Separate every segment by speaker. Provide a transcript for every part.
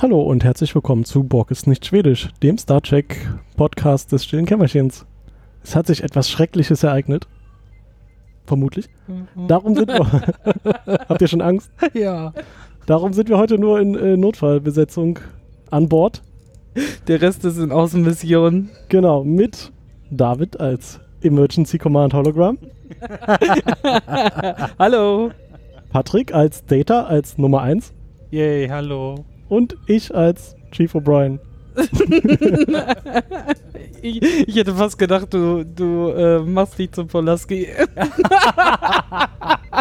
Speaker 1: Hallo und herzlich willkommen zu Borg ist nicht schwedisch, dem Star Trek Podcast des stillen Kämmerchens. Es hat sich etwas Schreckliches ereignet. Vermutlich. Darum sind wir. Habt ihr schon Angst?
Speaker 2: Ja.
Speaker 1: Darum sind wir heute nur in äh, Notfallbesetzung an Bord.
Speaker 2: Der Rest ist in Außenmission.
Speaker 1: Genau, mit David als Emergency Command Hologram,
Speaker 2: Hallo.
Speaker 1: Patrick als Data als Nummer 1
Speaker 2: Yay, hallo.
Speaker 1: und ich als Chief O'Brien.
Speaker 2: Ich, ich hätte fast gedacht, du, du äh, machst dich zum Polaski.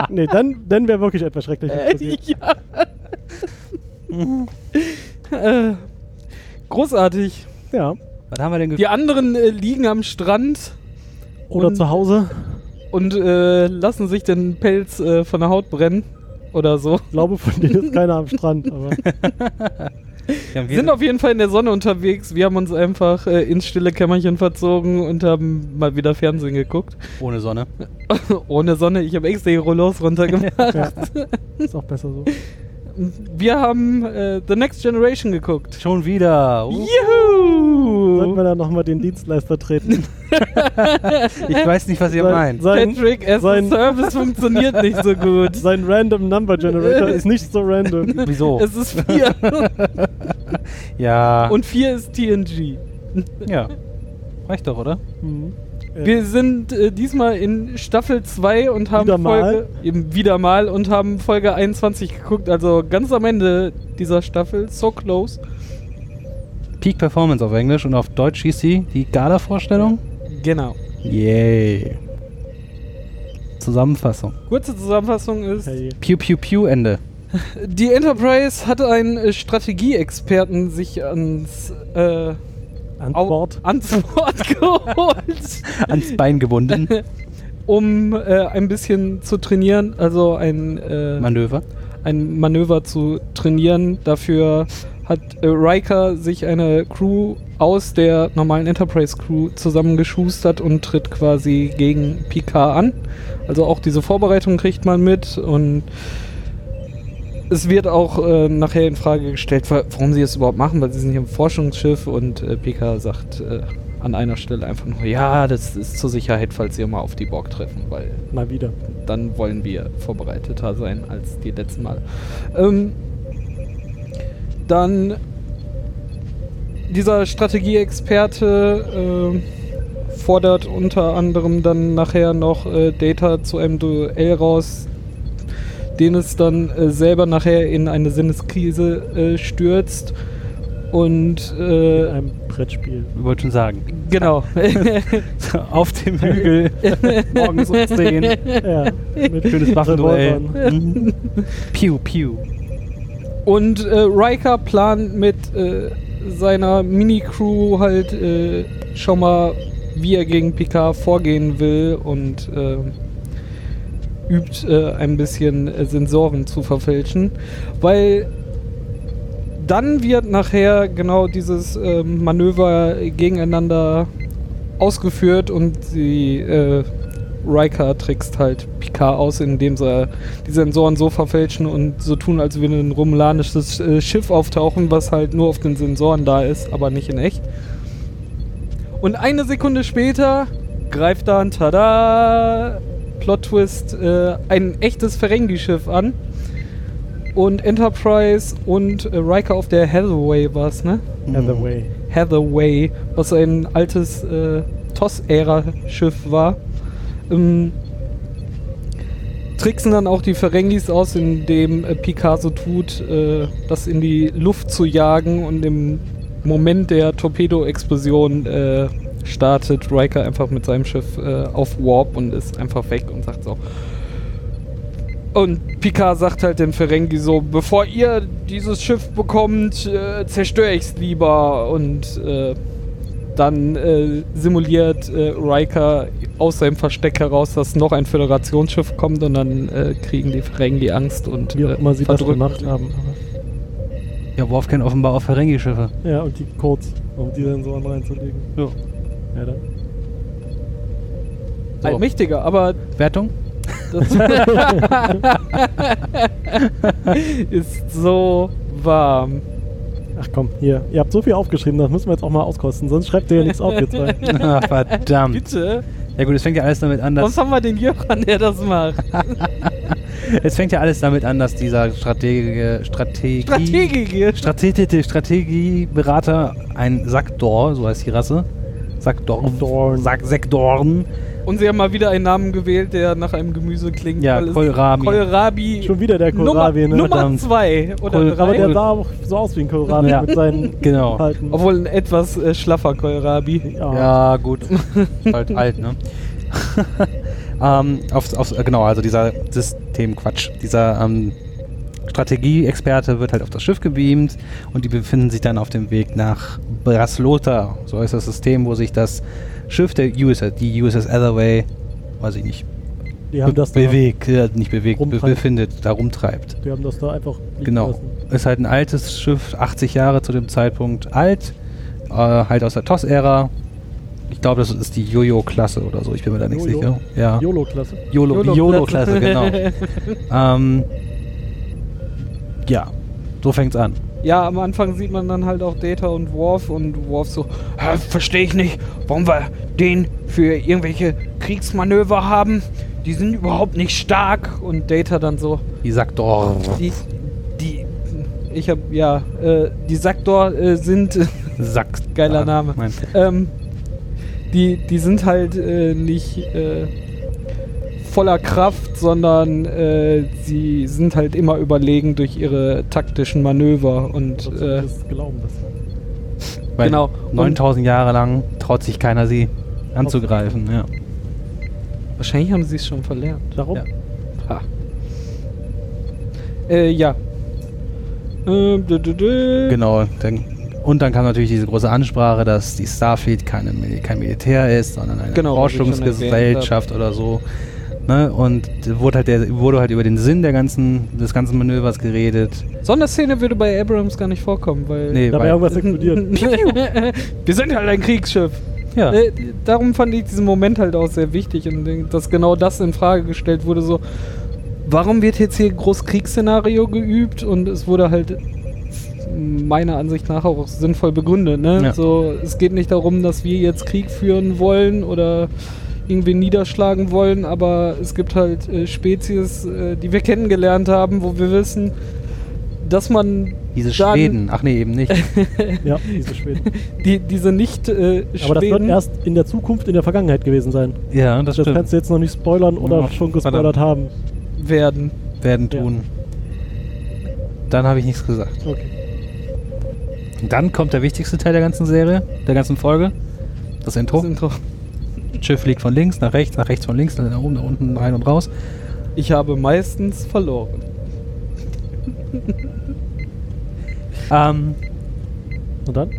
Speaker 1: Nee, dann, dann wäre wirklich etwas Schreckliches
Speaker 2: Äh,
Speaker 1: passiert.
Speaker 2: ja. äh, großartig.
Speaker 1: Ja.
Speaker 3: Was haben wir denn
Speaker 2: Die anderen äh, liegen am Strand
Speaker 1: Oder
Speaker 2: Und-
Speaker 1: zu Hause.
Speaker 2: und äh, lassen sich den Pelz äh, von der Haut brennen oder so.
Speaker 1: Ich glaube, von denen ist keiner am Strand. Aber
Speaker 3: Ja, wir
Speaker 2: Wir sind auf jeden Fall in der Sonne unterwegs. Wir haben uns einfach äh, ins stille Kämmerchen verzogen und haben mal wieder Fernsehen geguckt.
Speaker 3: ohne Sonne.
Speaker 2: Ohne Sonne, ich habe extra die Rollos runtergemacht.
Speaker 1: ja, ist auch besser so.
Speaker 2: Wir haben äh, The Next Generation geguckt.
Speaker 3: Schon wieder.
Speaker 1: Oh.
Speaker 3: Uh,
Speaker 1: Sollten
Speaker 2: Juhu!
Speaker 1: wir da nochmal den Dienstleister treten?
Speaker 3: Ich weiß nicht, was ihr
Speaker 1: Sein,
Speaker 3: meint.
Speaker 1: sein,
Speaker 2: Patrick, Essen
Speaker 1: sein-
Speaker 2: Service funktioniert nicht so gut.
Speaker 1: sein Random Number Generator ist nicht so random.
Speaker 3: Wieso?
Speaker 2: Es ist 4
Speaker 3: Ja.
Speaker 2: und 4 ist TNG.
Speaker 3: ja. Reicht doch, oder?
Speaker 1: Mhm. Ja.
Speaker 2: Wir sind äh, diesmal in Staffel 2 und haben
Speaker 1: Wieder mal.
Speaker 2: Folge eben wieder mal und haben Folge 21 geguckt, also ganz am Ende dieser Staffel, so close.
Speaker 3: Peak Performance auf Englisch und auf Deutsch hieß sie die Gala-Vorstellung.
Speaker 2: Genau.
Speaker 3: Yay. Zusammenfassung.
Speaker 2: Kurze Zusammenfassung ist,
Speaker 1: Hey.
Speaker 3: Pew Pew Pew Ende.
Speaker 2: Die Enterprise hat einen äh, Strategieexperten sich ans, äh, Au-
Speaker 1: Antwort.
Speaker 2: ans Wort geholt,
Speaker 3: Ans Bein gebunden.
Speaker 2: um äh, ein bisschen zu trainieren, also ein, äh,
Speaker 3: Manöver.
Speaker 2: ein Manöver zu trainieren. Dafür hat äh, Riker sich eine Crew aus der normalen Enterprise-Crew zusammengeschustert und tritt quasi gegen Picard an. Also auch diese Vorbereitung kriegt man mit und es wird auch äh, nachher in Frage gestellt, wa- warum sie es überhaupt machen, weil sie sind hier im Forschungsschiff und äh, PK sagt äh, an einer Stelle einfach nur, ja, das ist zur Sicherheit, falls ihr mal auf die Borg treffen, weil
Speaker 1: Mal wieder.
Speaker 2: dann wollen wir vorbereiteter sein als die letzten Mal. Ähm, dann dieser Strategieexperte äh, fordert unter anderem dann nachher noch äh, Data zu einem Duell raus, den es dann äh, selber nachher in eine Sinneskrise äh, stürzt. Und
Speaker 1: In
Speaker 2: äh,
Speaker 1: einem Brettspiel.
Speaker 3: Wir wollten schon sagen.
Speaker 2: genau.
Speaker 3: auf dem Hügel. Morgens um 10.
Speaker 1: Ja, mit
Speaker 3: Schönes Waffenduell.
Speaker 1: Revolvern.
Speaker 3: Mhm. Pew Pew.
Speaker 2: Und äh, Riker plant mit äh, seiner Mini-Crew halt äh, schon mal, wie er gegen Picard vorgehen will und äh, übt äh, ein bisschen äh, Sensoren zu verfälschen. Weil dann wird nachher genau dieses ähm, Manöver gegeneinander ausgeführt und sie äh, Riker trickst halt Picard aus, indem sie die Sensoren so verfälschen und so tun, als würde ein romulanisches äh, Schiff auftauchen, was halt nur auf den Sensoren da ist, aber nicht in echt. Und eine Sekunde später greift dann, tada, Plot Twist, äh, ein echtes Ferengi-Schiff an. Und Enterprise und äh, Riker auf der Hathaway war es, ne?
Speaker 1: Hathaway.
Speaker 2: Hathaway, was ein altes äh, TOS-Ära-Schiff war. Ähm, tricksen dann auch die Ferengis aus, indem äh, Picasso tut, äh, das in die Luft zu jagen und im Moment der Torpedo-Explosion äh, startet Riker einfach mit seinem Schiff äh, auf Warp und ist einfach weg und sagt so, und Picard sagt halt dem Ferengi so, bevor ihr dieses Schiff bekommt, äh, zerstöre ich's lieber. Und äh, dann äh, simuliert äh, Riker aus seinem Versteck heraus, dass noch ein Föderationsschiff kommt und dann äh, kriegen die Ferengi Angst und
Speaker 1: Wie auch
Speaker 2: äh,
Speaker 1: immer sie das
Speaker 2: verdrücken-
Speaker 1: gemacht haben. aber-
Speaker 3: Ja, Worf kennt offenbar auch Ferengi-Schiffe.
Speaker 1: Ja, und die Codes, um die Sensoren reinzulegen.
Speaker 3: Ja.
Speaker 1: Ja, dann.
Speaker 3: So.
Speaker 2: Allmächtiger, aber
Speaker 3: Wertung?
Speaker 2: das ist so warm.
Speaker 1: Ach komm, hier. Ihr habt so viel aufgeschrieben, das müssen wir jetzt auch mal auskosten. Sonst schreibt ihr ja nichts auf jetzt rein.
Speaker 3: Ach, verdammt.
Speaker 2: Bitte?
Speaker 3: Ja gut, es fängt ja alles damit an,
Speaker 2: Was
Speaker 3: dass,
Speaker 2: haben wir den Johann, der das macht?
Speaker 3: es fängt ja alles damit an, dass dieser Stratege, Strategie,
Speaker 2: Strategie.
Speaker 3: Strategie, Strategieberater ein Sackdor, so heißt die Rasse, Sackdorn, Sack, Sackdorn,
Speaker 2: Und sie haben mal wieder einen Namen gewählt, der nach einem Gemüse klingt.
Speaker 3: ja,
Speaker 2: weil es-
Speaker 3: Kohlrabi.
Speaker 2: Kohlrabi.
Speaker 1: Schon wieder der Kohlrabi,
Speaker 2: Nummer,
Speaker 1: ne?
Speaker 2: Nummer
Speaker 3: Verdammt.
Speaker 2: zwei oder
Speaker 3: Kohl-
Speaker 1: Aber
Speaker 2: drei.
Speaker 1: der sah auch so aus wie ein Kohlrabi
Speaker 3: Ja.
Speaker 1: mit seinen
Speaker 3: Genau.
Speaker 1: Falten.
Speaker 2: Obwohl ein etwas äh, schlaffer Kohlrabi.
Speaker 1: ja.
Speaker 3: Ja, gut. Ist halt alt, ne? ähm, aufs, aufs, äh, genau, also dieser Systemquatsch. Dieser ähm, Strategieexperte wird halt auf das Schiff gebeamt und die befinden sich dann auf dem Weg nach Braslota. So heißt das System, wo sich das Schiff der USS, die USS Hathaway, weiß ich nicht,
Speaker 1: Die haben das da, die
Speaker 3: bewegt, äh, nicht bewegt, be
Speaker 1: Rumtreibt.
Speaker 3: befindet, da rumtreibt.
Speaker 1: haben das da einfach liegen
Speaker 3: Genau.
Speaker 1: lassen.
Speaker 3: Ist halt ein altes Schiff, 80 Jahre zu dem Zeitpunkt alt. Äh, halt aus der TOS-Ära. Ich glaube, das ist die Jojo-Klasse oder so. Ich bin mir da nicht
Speaker 1: Jojo.
Speaker 3: sicher. Ja.
Speaker 1: YOLO-Klasse.
Speaker 3: Jolo, die
Speaker 2: YOLO-Klasse.
Speaker 3: YOLO-Klasse, genau. ähm, ja, so fängt's an.
Speaker 2: ja, am Anfang sieht man dann halt auch Data und Worf und Worf so, "Hä, verstehe ich nicht, warum wir den für irgendwelche Kriegsmanöver haben. Die sind überhaupt nicht stark. Und Data dann so,
Speaker 3: Die sagt, oh,
Speaker 2: die, die, ich hab, ja, äh, die Saktor äh, sind,
Speaker 3: sagt.
Speaker 2: Geiler
Speaker 3: Ah,
Speaker 2: Name.
Speaker 3: Nein.
Speaker 2: ähm, die, die sind halt äh, nicht äh, voller Kraft, sondern äh, sie sind halt immer überlegen durch ihre taktischen Manöver und
Speaker 1: Das
Speaker 2: äh,
Speaker 1: das glauben das.
Speaker 3: Weil
Speaker 2: Genau.
Speaker 3: 9000 Jahre lang traut sich keiner, sie anzugreifen. Ja.
Speaker 2: wahrscheinlich haben sie es schon verlernt.
Speaker 1: Darum?
Speaker 3: Ja.
Speaker 2: Ha. Äh, ja. Ähm, dü- dü- dü.
Speaker 3: Genau. Dann, und dann kam natürlich diese große Ansprache, dass die Starfleet keine, Mil- kein Militär ist, sondern eine
Speaker 2: Genau, was ich schon
Speaker 3: Forschungsgesellschaft oder so. Ne? Und wurde halt, der, wurde halt über den Sinn der ganzen, des ganzen Manövers geredet.
Speaker 2: Sonderszene würde bei Abrams gar nicht vorkommen, weil.
Speaker 3: Nee,
Speaker 1: Da wäre
Speaker 3: weil-
Speaker 1: irgendwas explodiert.
Speaker 2: Wir sind halt ein Kriegsschiff.
Speaker 3: ja.
Speaker 2: Äh, darum fand ich diesen Moment halt auch sehr wichtig und denk, dass genau das in Frage gestellt wurde: so, warum wird jetzt hier groß Kriegsszenario geübt? Und es wurde halt meiner Ansicht nach auch sinnvoll begründet. Ne?
Speaker 3: Ja.
Speaker 2: So, es geht nicht darum, dass wir jetzt Krieg führen wollen oder irgendwie niederschlagen wollen, aber es gibt halt äh, Spezies, äh, die wir kennengelernt haben, wo wir wissen, dass man
Speaker 3: Diese
Speaker 2: dann-
Speaker 3: Schweden. Ach nee, eben nicht.
Speaker 1: Ja, diese Schweden.
Speaker 2: die, diese nicht äh,
Speaker 1: Aber das wird
Speaker 2: Schweden-
Speaker 1: erst in der Zukunft, in der Vergangenheit gewesen sein.
Speaker 3: Ja,
Speaker 1: Das
Speaker 3: das, stimmt.
Speaker 1: kannst du jetzt noch nicht spoilern oder
Speaker 3: Ja,
Speaker 1: schon gespoilert
Speaker 3: verdammt.
Speaker 1: haben.
Speaker 2: werden.
Speaker 3: Werden
Speaker 1: Ja.
Speaker 3: tun. Dann habe ich nichts gesagt.
Speaker 1: Okay.
Speaker 3: Und dann kommt der wichtigste Teil der ganzen Serie, der ganzen Folge. Das Intro.
Speaker 2: Das Intro.
Speaker 3: Schiff fliegt von links nach rechts, nach rechts von links, dann nach oben, nach unten, rein und raus.
Speaker 2: Ich habe meistens verloren.
Speaker 3: Ähm,
Speaker 1: Und dann?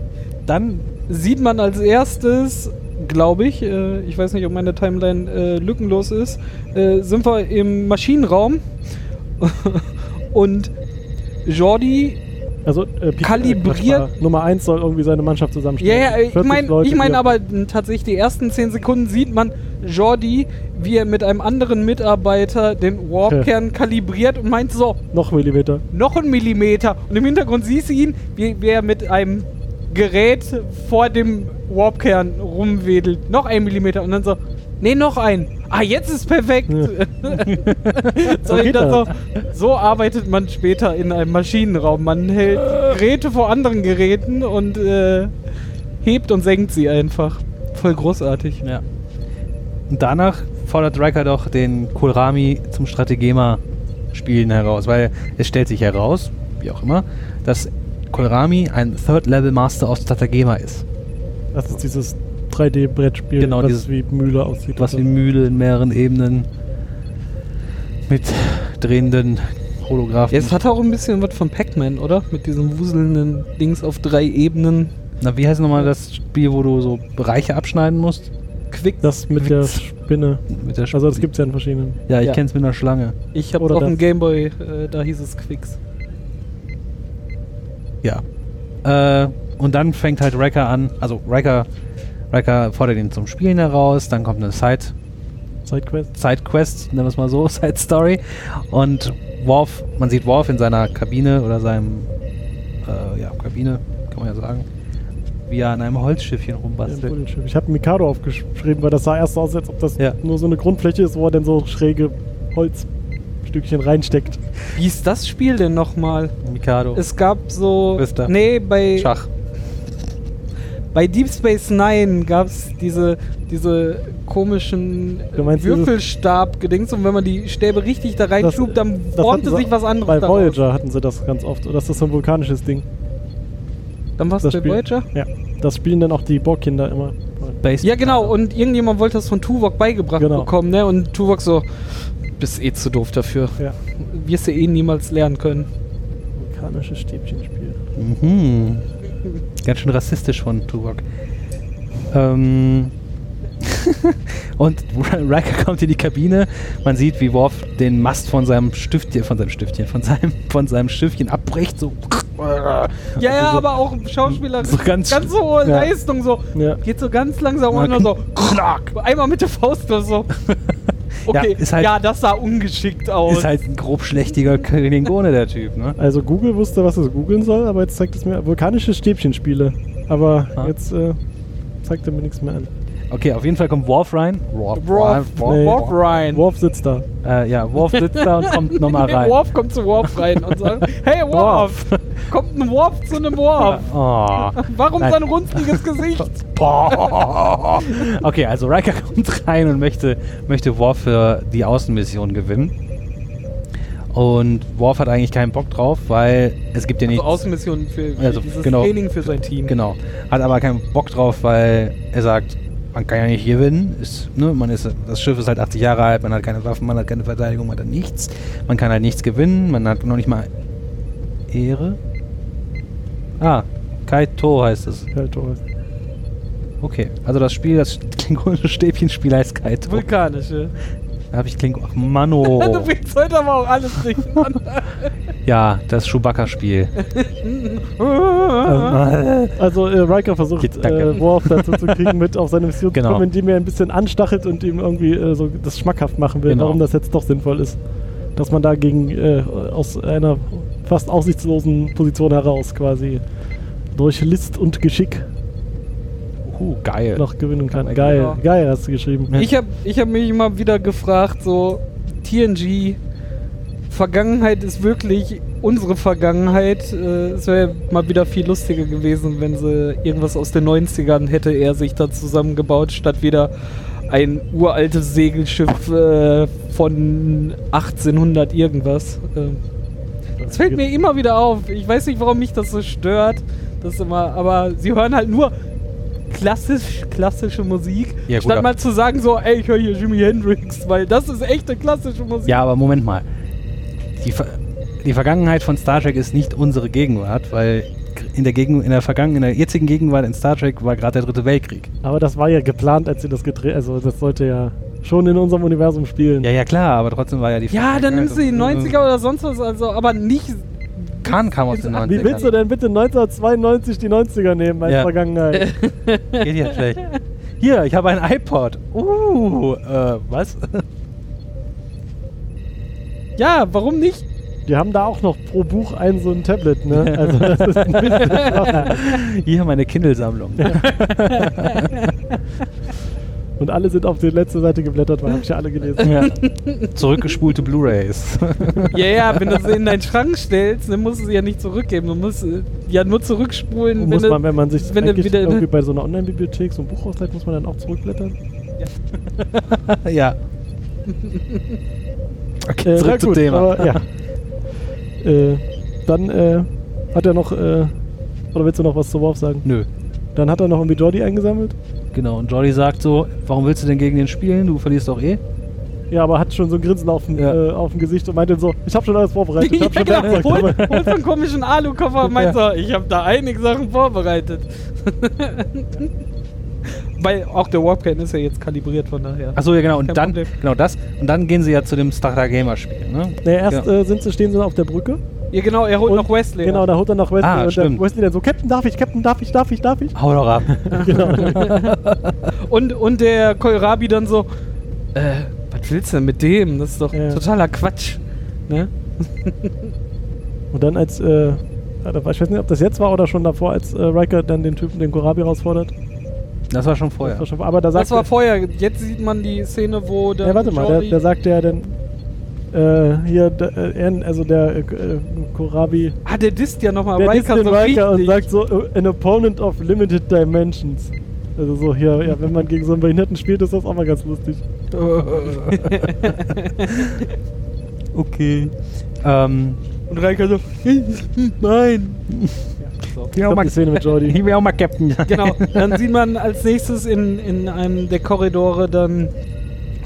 Speaker 3: dann
Speaker 2: Sieht man als erstes, glaube ich, äh, ich weiß nicht, ob meine Timeline äh, lückenlos ist, äh, sind wir im Maschinenraum und Jordi,
Speaker 1: Also, äh, Pete-
Speaker 2: Kalibriert-
Speaker 1: äh, Quatsch, war- Nummer 1 soll irgendwie seine Mannschaft
Speaker 2: ja,
Speaker 1: zusammenstellen.
Speaker 2: ja, ich
Speaker 1: 40
Speaker 2: meine
Speaker 1: Leute,
Speaker 2: ich mein
Speaker 1: die-
Speaker 2: aber mh, tatsächlich die ersten 10 Sekunden sieht man Jordi, wie er mit einem anderen Mitarbeiter den Warpkern kalibriert und meint so,
Speaker 1: Noch Millimeter.
Speaker 2: noch einen Millimeter. Und im Hintergrund siehst du ihn, wie, wie er mit einem Gerät vor dem Warpkern rumwedelt. Noch einen Millimeter. Und dann so, nee, noch einen. Ah, jetzt ist perfekt. so, ich
Speaker 1: geht
Speaker 2: dann so,
Speaker 1: das.
Speaker 2: so arbeitet man später in einem Maschinenraum. Man hält Geräte vor anderen Geräten und äh, hebt und senkt sie einfach. Voll großartig.
Speaker 3: Ja. Und danach fordert Riker doch den Kohlrami zum Strategema-Spielen heraus, weil es stellt sich heraus, wie auch immer, dass Kohlrami ein Third-Level-Master aus Strategema ist.
Speaker 1: Das ist dieses 3D-Brettspiel,
Speaker 3: Genau,
Speaker 1: was
Speaker 3: dieses-
Speaker 1: wie Mühle aussieht.
Speaker 3: Was wie Mühle in mehreren Ebenen mit drehenden Holographen.
Speaker 2: Jetzt hat er auch ein bisschen was von Pac-Man, oder? Mit diesen wuselnden Dings auf drei Ebenen.
Speaker 3: Na, wie heißt nochmal das Spiel, wo du so Bereiche abschneiden musst?
Speaker 2: Quick
Speaker 1: das mit der Spinne.
Speaker 3: Mit der
Speaker 1: Also, das gibt's ja in verschiedenen.
Speaker 3: ja, ich
Speaker 2: ja.
Speaker 3: kenn's mit einer Schlange.
Speaker 2: Ich habe
Speaker 1: Oder
Speaker 2: auch einen
Speaker 1: das.
Speaker 2: Gameboy, äh, da hieß es Quicks.
Speaker 3: Ja. Äh, und dann fängt halt Riker an, also Riker, Riker fordert ihn zum Spielen heraus, dann kommt eine Side,
Speaker 1: Sidequest.
Speaker 3: Side Quest, nennen wir es mal so, Side Story. Und Worf, man sieht Worf in seiner Kabine oder seinem äh, ja, Kabine, kann man ja sagen, wie er an einem Holzschiffchen
Speaker 1: Ja,
Speaker 3: rumbastelt.
Speaker 1: Bullenschiff. ich habe Mikado aufgeschrieben, weil das sah erst aus, als ob das
Speaker 3: Ja.
Speaker 1: nur so eine Grundfläche ist, wo er dann so schräge Holzstückchen reinsteckt.
Speaker 2: Wie ist das Spiel denn nochmal?
Speaker 3: Mikado.
Speaker 2: Es gab so.
Speaker 3: Wisst ihr.
Speaker 2: Nee, bei,
Speaker 3: Schach.
Speaker 2: bei Deep Space Nine gab es diese, diese komischen äh,
Speaker 1: Du meinst dieses-
Speaker 2: Würfelstab-Gedings und wenn man die Stäbe richtig da reinschubt, dann
Speaker 1: das
Speaker 2: formte
Speaker 1: hatten sie-
Speaker 2: sich was anderes
Speaker 1: Bei
Speaker 2: daraus.
Speaker 1: Voyager hatten sie das ganz oft. Oder ist das so ein vulkanisches Ding?
Speaker 2: Dann war es
Speaker 1: Das
Speaker 2: bei
Speaker 1: Spiel.
Speaker 2: Voyager?
Speaker 1: Ja. Das spielen dann auch die Borgkinder immer.
Speaker 3: Base
Speaker 2: Ja, genau. Und irgendjemand wollte das von Tuvok beigebracht
Speaker 1: Genau.
Speaker 2: bekommen, ne? Und Tuvok so, bist eh zu doof dafür.
Speaker 1: Ja.
Speaker 2: Wirst du eh niemals lernen können.
Speaker 1: Vulkanisches Stäbchenspiel.
Speaker 3: Mhm. Ganz schön rassistisch von Tuvok. Ähm. und Riker kommt in die Kabine. Man sieht, wie Worf den Mast von seinem Stiftchen, von seinem Stiftchen, von seinem, von seinem Schiffchen abbricht. So.
Speaker 2: Ja, ja,
Speaker 3: Also so-
Speaker 2: aber auch Schauspieler.
Speaker 3: so ganz-
Speaker 2: ganz so hohe
Speaker 1: Ja.
Speaker 2: Leistung, so.
Speaker 1: Ja.
Speaker 2: Geht so ganz langsam
Speaker 3: Na,
Speaker 2: und dann so. Einmal mit der Faust oder so. Okay, ja,
Speaker 3: ist halt-
Speaker 2: das sah ungeschickt aus.
Speaker 3: Ist halt ein grob schlechtiger Klingone, der Typ, ne?
Speaker 1: Also Google wusste, was es googeln soll, aber jetzt zeigt es mir vulkanische Stäbchenspiele. Aber
Speaker 3: Ah.
Speaker 1: jetzt äh, zeigt er mir nichts mehr an.
Speaker 3: Okay, auf jeden Fall kommt Worf rein. Worf,
Speaker 2: Worf,
Speaker 1: Nee.
Speaker 2: Worf rein.
Speaker 1: Worf sitzt da.
Speaker 3: Äh, ja, Worf sitzt da und kommt nochmal rein.
Speaker 2: Worf kommt zu Worf rein und sagt: Hey Worf! Kommt ein Worf zu einem Worf!
Speaker 3: Oh.
Speaker 2: Warum
Speaker 3: Nein.
Speaker 2: sein runzliges Gesicht?
Speaker 3: Boah. Okay, also Riker kommt rein und möchte, möchte Worf für die Außenmission gewinnen. Und Worf hat eigentlich keinen Bock drauf, weil es gibt ja
Speaker 2: Also
Speaker 3: nichts.
Speaker 2: Außenmission für, für
Speaker 3: Also,
Speaker 2: dieses
Speaker 3: genau.
Speaker 2: Training für sein Team.
Speaker 3: genau. Hat aber keinen Bock drauf, weil er sagt, man kann ja nicht gewinnen. Ist, ne, man ist, das Schiff ist halt 80 Jahre alt, man hat keine Waffen, man hat keine Verteidigung, man hat nichts. Man kann halt nichts gewinnen, man hat noch nicht mal Ehre. Ah, Kaito heißt es.
Speaker 1: Halt, oh.
Speaker 3: Okay, also das Spiel, das klingonische Stäbchenspiel heißt Kaito.
Speaker 2: Vulkanische.
Speaker 3: Da habe ich Klingo. Ach, Mano.
Speaker 2: du bringst heute aber auch alles durcheinander.
Speaker 3: ja, das Chewbacca-Spiel. Ähm, äh,
Speaker 1: Also äh, Riker versucht,
Speaker 3: Geht, danke.
Speaker 1: äh, Worf dazu zu kriegen, mit auf seine Mission
Speaker 3: Genau.
Speaker 1: zu kommen, indem er ein bisschen anstachelt und ihm irgendwie äh, so das schmackhaft machen will,
Speaker 3: Genau.
Speaker 1: warum das jetzt doch sinnvoll ist. Dass man da gegen, äh, aus einer fast aussichtslosen Position heraus quasi durch List und Geschick
Speaker 3: uh, geil.
Speaker 1: noch gewinnen kann.
Speaker 3: Aber
Speaker 1: Geil,
Speaker 2: genau.
Speaker 1: geil hast du geschrieben.
Speaker 2: Ich habe ich hab mich immer wieder gefragt, so TNG, Vergangenheit ist wirklich unsere Vergangenheit. Äh, es wäre mal wieder viel lustiger gewesen, wenn sie irgendwas aus den 90ern hätte er sich da zusammengebaut, statt wieder ein uraltes Segelschiff äh, von 1800 irgendwas. Ähm, das fällt mir immer wieder auf. Ich weiß nicht, warum mich das so stört. Das immer, aber sie hören halt nur klassisch, klassische Musik.
Speaker 3: Ja, gut,
Speaker 2: statt
Speaker 3: ab-
Speaker 2: mal zu sagen so, ey, ich höre hier Jimi Hendrix, weil das ist echte klassische Musik.
Speaker 3: Ja, aber Moment mal. Die, Ver die Vergangenheit von Star Trek ist nicht unsere Gegenwart, weil in der, Gegen in der, Vergangen in der jetzigen Gegenwart in Star Trek war gerade der Dritte Weltkrieg.
Speaker 1: Aber das war ja geplant, als sie das gedreht Also das sollte ja schon in unserem Universum spielen.
Speaker 3: Ja, ja, klar, aber trotzdem war ja die
Speaker 2: Ja, dann nimmst du die 90er
Speaker 3: oder?
Speaker 2: oder sonst was, also, aber nicht.
Speaker 3: Khan kam aus den 90ern.
Speaker 1: Wie willst du denn bitte 1992 die 90er nehmen als
Speaker 3: Ja.
Speaker 1: Vergangenheit?
Speaker 3: Geht ja schlecht. Hier, ich habe ein iPod. Uh, äh, was?
Speaker 2: Ja, warum nicht?
Speaker 1: Die haben da auch noch pro Buch ein so ein Tablet, ne? Also das ist ein bisschen
Speaker 3: Hier meine Kindle-Sammlung.
Speaker 1: Und alle sind auf die letzte Seite geblättert, weil hab ich ja alle gelesen.
Speaker 3: Ja. Zurückgespulte Blu-Rays.
Speaker 2: Ja, ja, wenn du sie in deinen Schrank stellst, dann musst du sie ja nicht zurückgeben. Du musst äh, ja nur zurückspulen, wenn
Speaker 1: Muss
Speaker 2: du-
Speaker 1: man, wenn man sich
Speaker 2: wenn du
Speaker 1: eigentlich
Speaker 2: wieder-
Speaker 1: irgendwie bei so einer Online-Bibliothek so ein Buch ausleiht, muss man dann auch zurückblättern.
Speaker 3: ja. Okay,
Speaker 1: Äh, na
Speaker 3: zurück zum
Speaker 1: gut,
Speaker 3: Thema.
Speaker 1: Aber, ja. äh, dann äh, hat er noch, äh, oder willst du noch was zu Worf sagen?
Speaker 3: Nö.
Speaker 1: Dann hat er noch irgendwie Jordi eingesammelt.
Speaker 3: Genau, und Jordi sagt so, warum willst du denn gegen den spielen? Du verlierst doch eh.
Speaker 1: Ja, aber hat schon so ein Grinsen auf dem,
Speaker 3: Ja.
Speaker 1: äh, auf dem Gesicht und meinte so, ich habe schon alles vorbereitet. Ich
Speaker 2: ja,
Speaker 1: hab schon
Speaker 2: genau.
Speaker 1: Werkzeug
Speaker 2: Hol,
Speaker 1: dabei."
Speaker 2: hol so einen komischen Alukoffer und meint so, ich habe da einige Sachen vorbereitet. Weil auch der Warpcan ist ja jetzt kalibriert, von daher.
Speaker 1: Also,
Speaker 3: Achso, ja genau, und
Speaker 2: Kein
Speaker 3: dann,
Speaker 2: Problem.
Speaker 3: genau das. Und dann gehen sie ja zu dem Starter Gamer Spiel, ne?
Speaker 1: Nee, erst
Speaker 3: Genau.
Speaker 1: äh, sind sie, stehen sie auf der Brücke.
Speaker 2: ja, genau, er holt
Speaker 1: Und-
Speaker 2: noch Wesley.
Speaker 1: Genau, da holt er nach Wesley
Speaker 3: Ah,
Speaker 1: und dann
Speaker 3: stimmt.
Speaker 1: Wesley dann so, Captain, darf ich, Captain, darf ich, darf ich, darf ich?
Speaker 3: Hau doch ab.
Speaker 2: Und, und der Kohlrabi dann so, äh, was willst du denn mit dem? Das ist doch
Speaker 1: Ja.
Speaker 2: totaler Quatsch. Ne?
Speaker 1: Und dann als, äh, Ja, da war, ich weiß nicht, ob das jetzt war oder schon davor, als äh, Riker dann den Typen, den Korabi herausfordert.
Speaker 3: Das war schon
Speaker 1: Das
Speaker 3: vorher.
Speaker 1: war schon, aber da sagt
Speaker 2: Das war
Speaker 1: er-
Speaker 2: vorher. Jetzt sieht man die Szene, wo der.
Speaker 1: Ja, warte mal, da, da sagt er dann äh, hier, da, äh, er- also der äh, äh, Korabi
Speaker 2: ah, der disst ja nochmal
Speaker 1: der disst
Speaker 2: Riker
Speaker 1: den
Speaker 2: so
Speaker 1: Riker und sagt
Speaker 2: richtig.
Speaker 1: so, äh, an opponent of limited dimensions. Also so hier, ja, wenn man gegen so einen Behinderten spielt, ist das auch mal ganz lustig.
Speaker 3: okay. Ähm,
Speaker 2: und Riker so, nein. So.
Speaker 1: Ich glaub, die Szene mit Jordi.
Speaker 3: Ich will auch mal Captain.
Speaker 2: Genau, dann sieht man als nächstes in, in einem der Korridore dann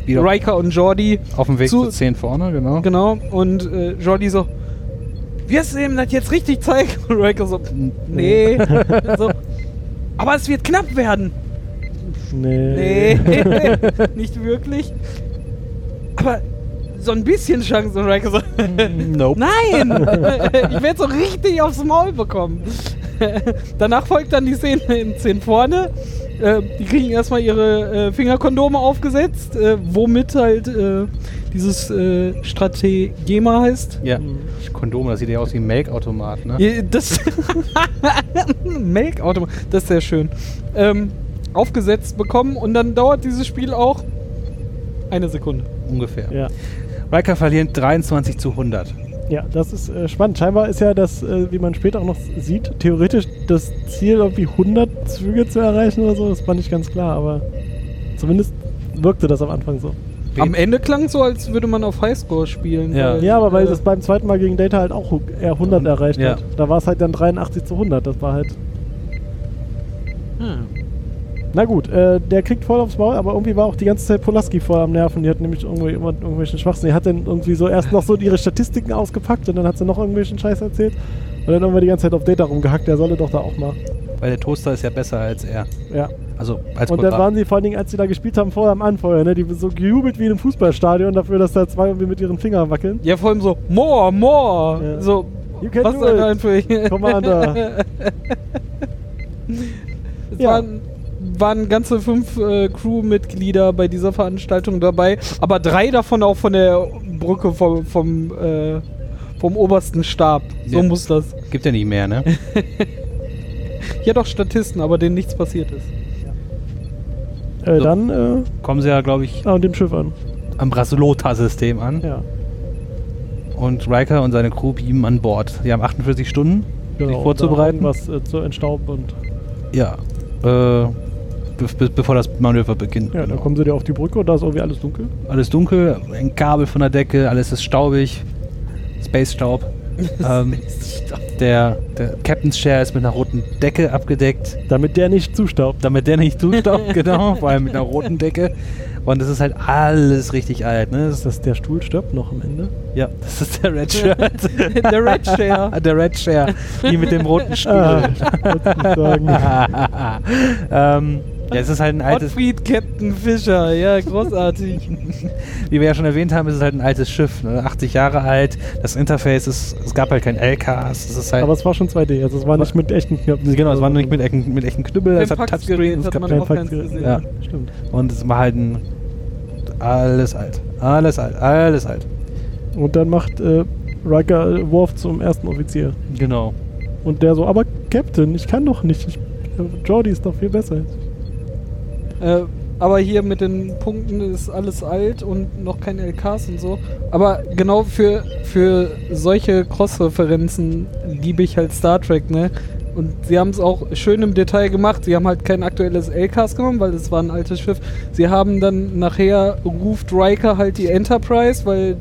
Speaker 3: Wieder
Speaker 2: Riker und Jordi.
Speaker 3: auf dem Weg
Speaker 2: Zu-
Speaker 3: zu, 10 vorne, genau.
Speaker 2: Genau, und äh, Jordi so, wirst du ihm das jetzt richtig zeigen? Und Riker so, nee. so, aber es wird knapp werden.
Speaker 1: Nee.
Speaker 2: Nee, nicht wirklich. Aber so ein bisschen Chance. Und Riker so,
Speaker 3: Nope.
Speaker 2: nein, ich werde so richtig aufs Maul bekommen. Danach folgt dann die Szene in 10 vorne. Äh, die kriegen erstmal ihre äh, Fingerkondome aufgesetzt, äh, womit halt äh, dieses äh, Strategema heißt.
Speaker 3: Ja.
Speaker 1: Mhm.
Speaker 3: Kondome, das sieht ja aus wie ein Melkautomat, ne?
Speaker 2: Ja, Das Melkautomat, das ist sehr schön. Ähm, aufgesetzt bekommen und dann dauert dieses Spiel auch eine Sekunde.
Speaker 3: Ungefähr.
Speaker 1: Ja.
Speaker 3: Riker verlieren 23 zu 100.
Speaker 1: ja, das ist äh, spannend. Scheinbar ist ja das, äh, wie man später auch noch sieht, theoretisch das Ziel, irgendwie 100 Züge zu erreichen oder so. Das war nicht ganz klar, aber zumindest wirkte das am Anfang so.
Speaker 2: Am Ende klang es so, als würde man auf Highscore spielen.
Speaker 3: Ja.
Speaker 1: Ja, aber weil
Speaker 2: äh,
Speaker 1: das beim zweiten Mal gegen Data halt auch hu- eher 100 erreicht
Speaker 3: Ja.
Speaker 1: hat. Da war es halt dann 83 zu 100. Das war halt.
Speaker 2: hm.
Speaker 1: Na gut, äh, der kriegt voll aufs Maul, aber irgendwie war auch die ganze Zeit Polaski voll am Nerven. Die hat nämlich irgendwie immer irgendwelchen Schwachsinn. Die hat dann irgendwie so erst noch so ihre Statistiken ausgepackt und dann hat sie noch irgendwelchen Scheiß erzählt. Und dann haben wir die ganze Zeit auf Data rumgehackt. Der solle doch da auch mal.
Speaker 3: Weil der Toaster ist ja besser als er.
Speaker 1: Ja.
Speaker 3: Also als
Speaker 1: Und dann
Speaker 3: Quadrat.
Speaker 1: waren sie vor allen Dingen, als sie da gespielt haben, voll am Anfeuer. Ne? Die sind so gejubelt wie in einem Fußballstadion dafür, dass da zwei irgendwie mit ihren Fingern wackeln.
Speaker 2: Ja, vor allem so, more, more.
Speaker 1: Ja.
Speaker 2: So,
Speaker 1: You can
Speaker 2: was
Speaker 1: do
Speaker 2: soll
Speaker 1: it.
Speaker 2: da einfach?
Speaker 1: Commander.
Speaker 2: Es
Speaker 1: Ja.
Speaker 2: waren, waren ganze fünf äh, Crewmitglieder bei dieser Veranstaltung dabei, aber drei davon auch von der Brücke vom, vom, äh, vom obersten Stab. So
Speaker 3: Ja.
Speaker 2: muss das.
Speaker 3: Gibt ja nicht mehr, ne?
Speaker 2: Ja, doch Statisten, aber denen nichts passiert ist.
Speaker 1: Äh,
Speaker 3: So.
Speaker 1: Dann äh,
Speaker 3: Kommen sie ja, glaube ich,
Speaker 1: ah, und dem Schiff an.
Speaker 3: am Brasilota-System an.
Speaker 1: Ja.
Speaker 3: Und Riker und seine Crew beamen an Bord. Die haben 48 Stunden, sich vorzubereiten.
Speaker 1: Genau, Was äh, zu entstauben und
Speaker 3: Ja. Äh, be be bevor das Manöver beginnt.
Speaker 1: ja,
Speaker 3: genau.
Speaker 1: dann kommen sie dir auf die Brücke und da ist irgendwie alles dunkel.
Speaker 3: Alles dunkel, ein Kabel von der Decke, alles ist staubig. Space-Staub. ähm, der, der Captain's Chair ist mit einer roten Decke abgedeckt.
Speaker 1: Damit der nicht zustaubt.
Speaker 3: damit der nicht zustaubt, genau, vor allem mit einer roten Decke. Und es ist halt alles richtig alt, ne? Das
Speaker 1: Ist
Speaker 3: ist,
Speaker 1: das der Stuhl stirbt noch am Ende?
Speaker 3: ja, das ist der Red Shirt. Ah,
Speaker 2: der Red Share.
Speaker 3: der Red Chair, die mit dem roten Stuhl.
Speaker 1: Ah, wollte ich nicht sagen.
Speaker 3: ähm, ja, es ist halt ein altes,
Speaker 2: Gottfried Captain Fischer, ja, großartig.
Speaker 3: wie wir ja schon erwähnt haben, es ist halt ein altes Schiff, ne? 80 Jahre alt. Das Interface ist, es gab halt kein LKs, es ist halt.
Speaker 1: Aber es war schon 2D, also es war nicht mit echten Knöpfen.
Speaker 3: genau, es war nicht mit, echten- mit echten Knüppel,
Speaker 2: Im
Speaker 3: es hat
Speaker 2: Faxgerät
Speaker 3: Touchscreen, es
Speaker 2: hat
Speaker 3: gab
Speaker 2: man
Speaker 1: kein
Speaker 2: auch keins
Speaker 1: Faxgerät.
Speaker 2: gesehen.
Speaker 3: Ja.
Speaker 1: Stimmt.
Speaker 3: und es war halt ein. Alles alt. Alles alt, alles alt.
Speaker 1: Und dann macht äh, Riker äh, Worf zum ersten Offizier.
Speaker 3: Genau.
Speaker 1: Und der so, aber Captain, ich kann doch nicht. Ich, äh, Jordi ist doch viel besser.
Speaker 2: Äh, aber hier mit den Punkten ist alles alt und noch kein LKs und so. Aber genau für, für solche Cross-Referenzen liebe ich halt Star Trek, ne? Und sie haben es auch schön im Detail gemacht. Sie haben halt kein aktuelles LKs genommen, weil es war ein altes Schiff. Sie haben dann nachher ruft Riker halt die Enterprise, weil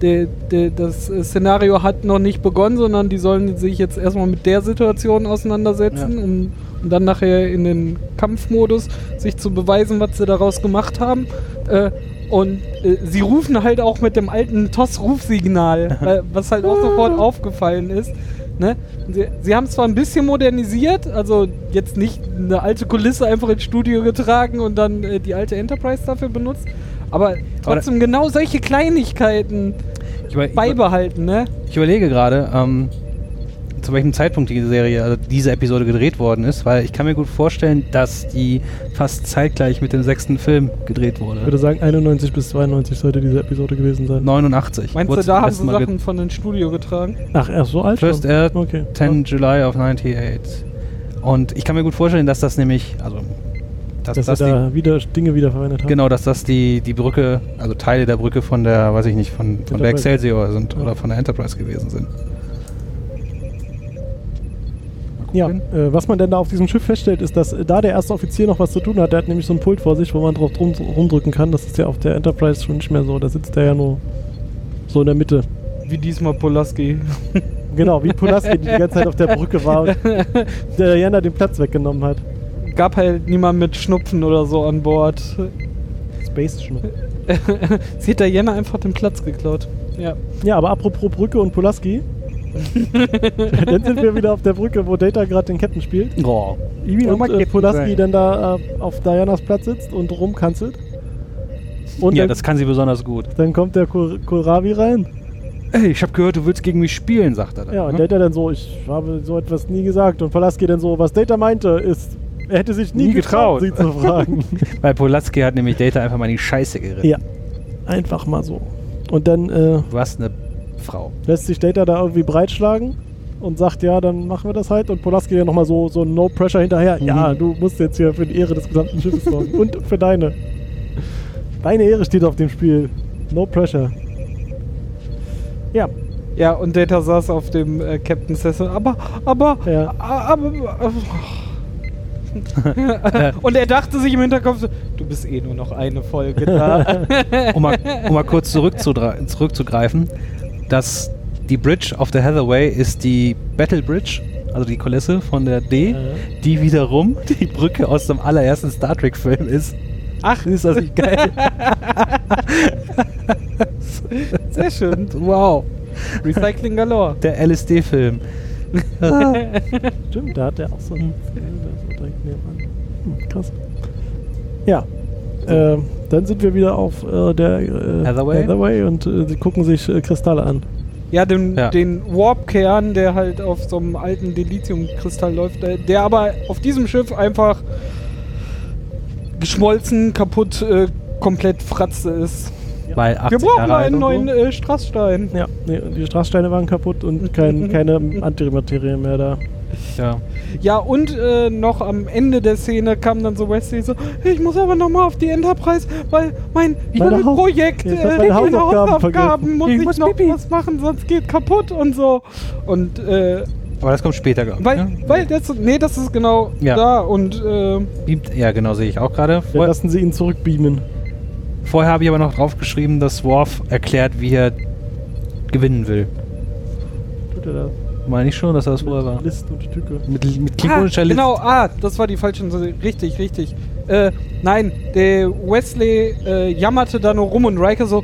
Speaker 2: der, der, das äh, Szenario hat noch nicht begonnen, sondern die sollen sich jetzt erstmal mit der Situation auseinandersetzen,
Speaker 3: Ja.
Speaker 2: um, um dann nachher in den Kampfmodus sich zu beweisen, was sie daraus gemacht haben. Äh, und äh, sie rufen halt auch mit dem alten TOS-Rufsignal, weil- was halt auch sofort aufgefallen ist. Ne? Sie, sie haben zwar ein bisschen modernisiert, also jetzt nicht eine alte Kulisse einfach ins Studio getragen und dann äh, die alte Enterprise dafür benutzt, aber trotzdem genau solche Kleinigkeiten
Speaker 3: Ich mein, ich-
Speaker 2: beibehalten, ne?
Speaker 3: Ich überlege gerade, ähm, zu welchem Zeitpunkt die Serie, also diese Episode gedreht worden ist, weil ich kann mir gut vorstellen, dass die fast zeitgleich mit dem sechsten Film gedreht
Speaker 1: Ich würde
Speaker 3: wurde.
Speaker 1: sagen, 91 bis 92 sollte diese Episode gewesen sein.
Speaker 3: 89.
Speaker 2: Meinst
Speaker 3: Wurde
Speaker 2: du,
Speaker 3: zum
Speaker 2: da haben
Speaker 3: ersten
Speaker 2: sie
Speaker 3: Mal ge-
Speaker 2: Sachen von ins Studio getragen?
Speaker 1: Ach, erst so alt
Speaker 3: First
Speaker 1: schon?
Speaker 3: Air,
Speaker 1: Okay.
Speaker 3: 10 July of 98. Und ich kann mir gut vorstellen, dass das nämlich, also, dass,
Speaker 1: Dass
Speaker 3: das
Speaker 1: sie
Speaker 3: die,
Speaker 1: da wieder Dinge wiederverwendet haben.
Speaker 3: genau, dass das die, die Brücke, also Teile der Brücke von der, weiß ich nicht, von, von der
Speaker 1: Enterprise.
Speaker 3: Excelsior sind
Speaker 1: Ja.
Speaker 3: oder von der Enterprise gewesen sind.
Speaker 1: Ja, äh, was man denn da auf diesem Schiff feststellt, ist, dass äh, da der erste Offizier noch was zu tun hat. Der hat nämlich so ein Pult vor sich, wo man drauf drum, rumdrücken kann. Das ist ja auf der Enterprise schon nicht mehr so. Da sitzt der ja nur so in der Mitte.
Speaker 2: Wie diesmal Polaski.
Speaker 1: Genau, wie Pulaski, die die ganze Zeit auf der Brücke war und der Jana den Platz weggenommen hat.
Speaker 2: Gab halt niemand mit Schnupfen oder so an Bord.
Speaker 1: Space schon.
Speaker 2: Sie hat der Jenna einfach den Platz geklaut. Ja.
Speaker 1: Ja, aber apropos Brücke und Pulaski. dann sind wir wieder auf der Brücke, wo Data gerade den Captain spielt.
Speaker 3: Oh.
Speaker 1: Ibi
Speaker 3: Ja,
Speaker 1: und
Speaker 3: mag
Speaker 1: äh,
Speaker 3: Captain
Speaker 1: Pulaski
Speaker 3: sein.
Speaker 1: dann da äh, auf Dianas Platz sitzt und rumkanzelt. Und
Speaker 3: Ja,
Speaker 1: dann-
Speaker 3: das kann sie besonders gut.
Speaker 1: dann kommt der Kul- Kohlrabi rein.
Speaker 3: Ey, ich habe gehört, du willst gegen mich spielen, sagt er dann.
Speaker 1: Ja, und
Speaker 3: ne?
Speaker 1: Data dann so, ich habe so etwas nie gesagt. Und Polaski dann so, was Data meinte, ist, er hätte sich nie,
Speaker 3: Nie
Speaker 1: getraut,
Speaker 3: getraut.
Speaker 1: sie zu fragen.
Speaker 3: Weil Polaski hat nämlich Data einfach mal in die Scheiße geritten.
Speaker 1: ja, einfach mal so. Und dann äh,
Speaker 3: Du hast eine Frau.
Speaker 1: lässt sich Data da irgendwie breitschlagen und sagt, ja, dann machen wir das halt. Und Polaski dann nochmal so, so No Pressure hinterher. Ja, du musst jetzt hier für die Ehre des gesamten Schiffes sorgen. und für deine. Deine Ehre steht auf dem Spiel. No Pressure. Ja,
Speaker 2: Ja, und Data saß auf dem äh, Captain Sessel. Aber, aber,
Speaker 1: Ja.
Speaker 2: a- aber. aber- und er dachte sich im Hinterkopf so, du bist eh nur noch eine Folge da.
Speaker 3: Um mal, um mal kurz zurückzudra- zurückzugreifen, dass die Bridge auf der Hathaway ist die Battle Bridge, also die Kulisse von der D,
Speaker 1: Äh.
Speaker 2: Mhm.
Speaker 3: die wiederum die Brücke aus dem allerersten Star Trek-Film ist.
Speaker 2: Ach,
Speaker 3: Ist
Speaker 1: also,
Speaker 3: das nicht geil?
Speaker 2: sehr schön.
Speaker 3: wow.
Speaker 2: Recycling galore.
Speaker 3: Der LSD-Film.
Speaker 1: Stimmt, da hat er auch so einen der ist so direkt nebenan. Hm, krass. Ja. Ähm, dann sind wir wieder auf äh, der äh,
Speaker 3: Hathaway?
Speaker 1: und äh, sie gucken sich äh, Kristalle an.
Speaker 2: Ja, den,
Speaker 3: Ja.
Speaker 2: den Warp-Kern, der halt auf so einem alten Dilithium-Kristall läuft, äh, der aber auf diesem Schiff einfach geschmolzen, kaputt, äh, komplett Fratze ist.
Speaker 3: Weil 80
Speaker 2: Wir brauchen
Speaker 3: Jahre alt
Speaker 2: einen
Speaker 3: und
Speaker 2: neuen
Speaker 3: so.
Speaker 2: äh, Strassstein.
Speaker 1: Ja, nee, und die Straßsteine waren kaputt und kein, keine Antimaterie mehr da.
Speaker 3: Ja.
Speaker 2: Ja, und äh, noch am Ende der Szene kam dann so Wesley so, ich muss aber nochmal auf die Enterprise, weil mein
Speaker 1: Meine
Speaker 2: tolles
Speaker 1: Haus-
Speaker 2: Projekt, äh,
Speaker 1: Jetzt hab meine Hausaufgaben vergessen.
Speaker 2: muss
Speaker 3: Ich
Speaker 2: ich,
Speaker 3: muss
Speaker 2: noch
Speaker 3: Pipi.
Speaker 2: was machen, sonst geht kaputt und so. Und äh,
Speaker 3: Aber das kommt später, glaube ich.
Speaker 2: weil,
Speaker 3: ne?
Speaker 2: weil das, nee, das ist genau
Speaker 3: Ja.
Speaker 2: da und äh,
Speaker 3: Beamt- ja, genau, sehe ich auch gerade.
Speaker 1: Dann
Speaker 3: Vor-
Speaker 1: lassen sie ihn zurückbeamen.
Speaker 3: Vorher habe ich aber noch draufgeschrieben, dass Worf erklärt, wie er gewinnen will.
Speaker 1: Tut er das?
Speaker 3: Meine ich schon, dass das vorher war.
Speaker 1: Mit List und Tücke.
Speaker 3: Mit, mit
Speaker 2: ah,
Speaker 3: klingonischer List.
Speaker 2: genau, ah, das war die falsche, richtig, richtig. Äh, nein, der Wesley äh, jammerte da nur rum und Riker so,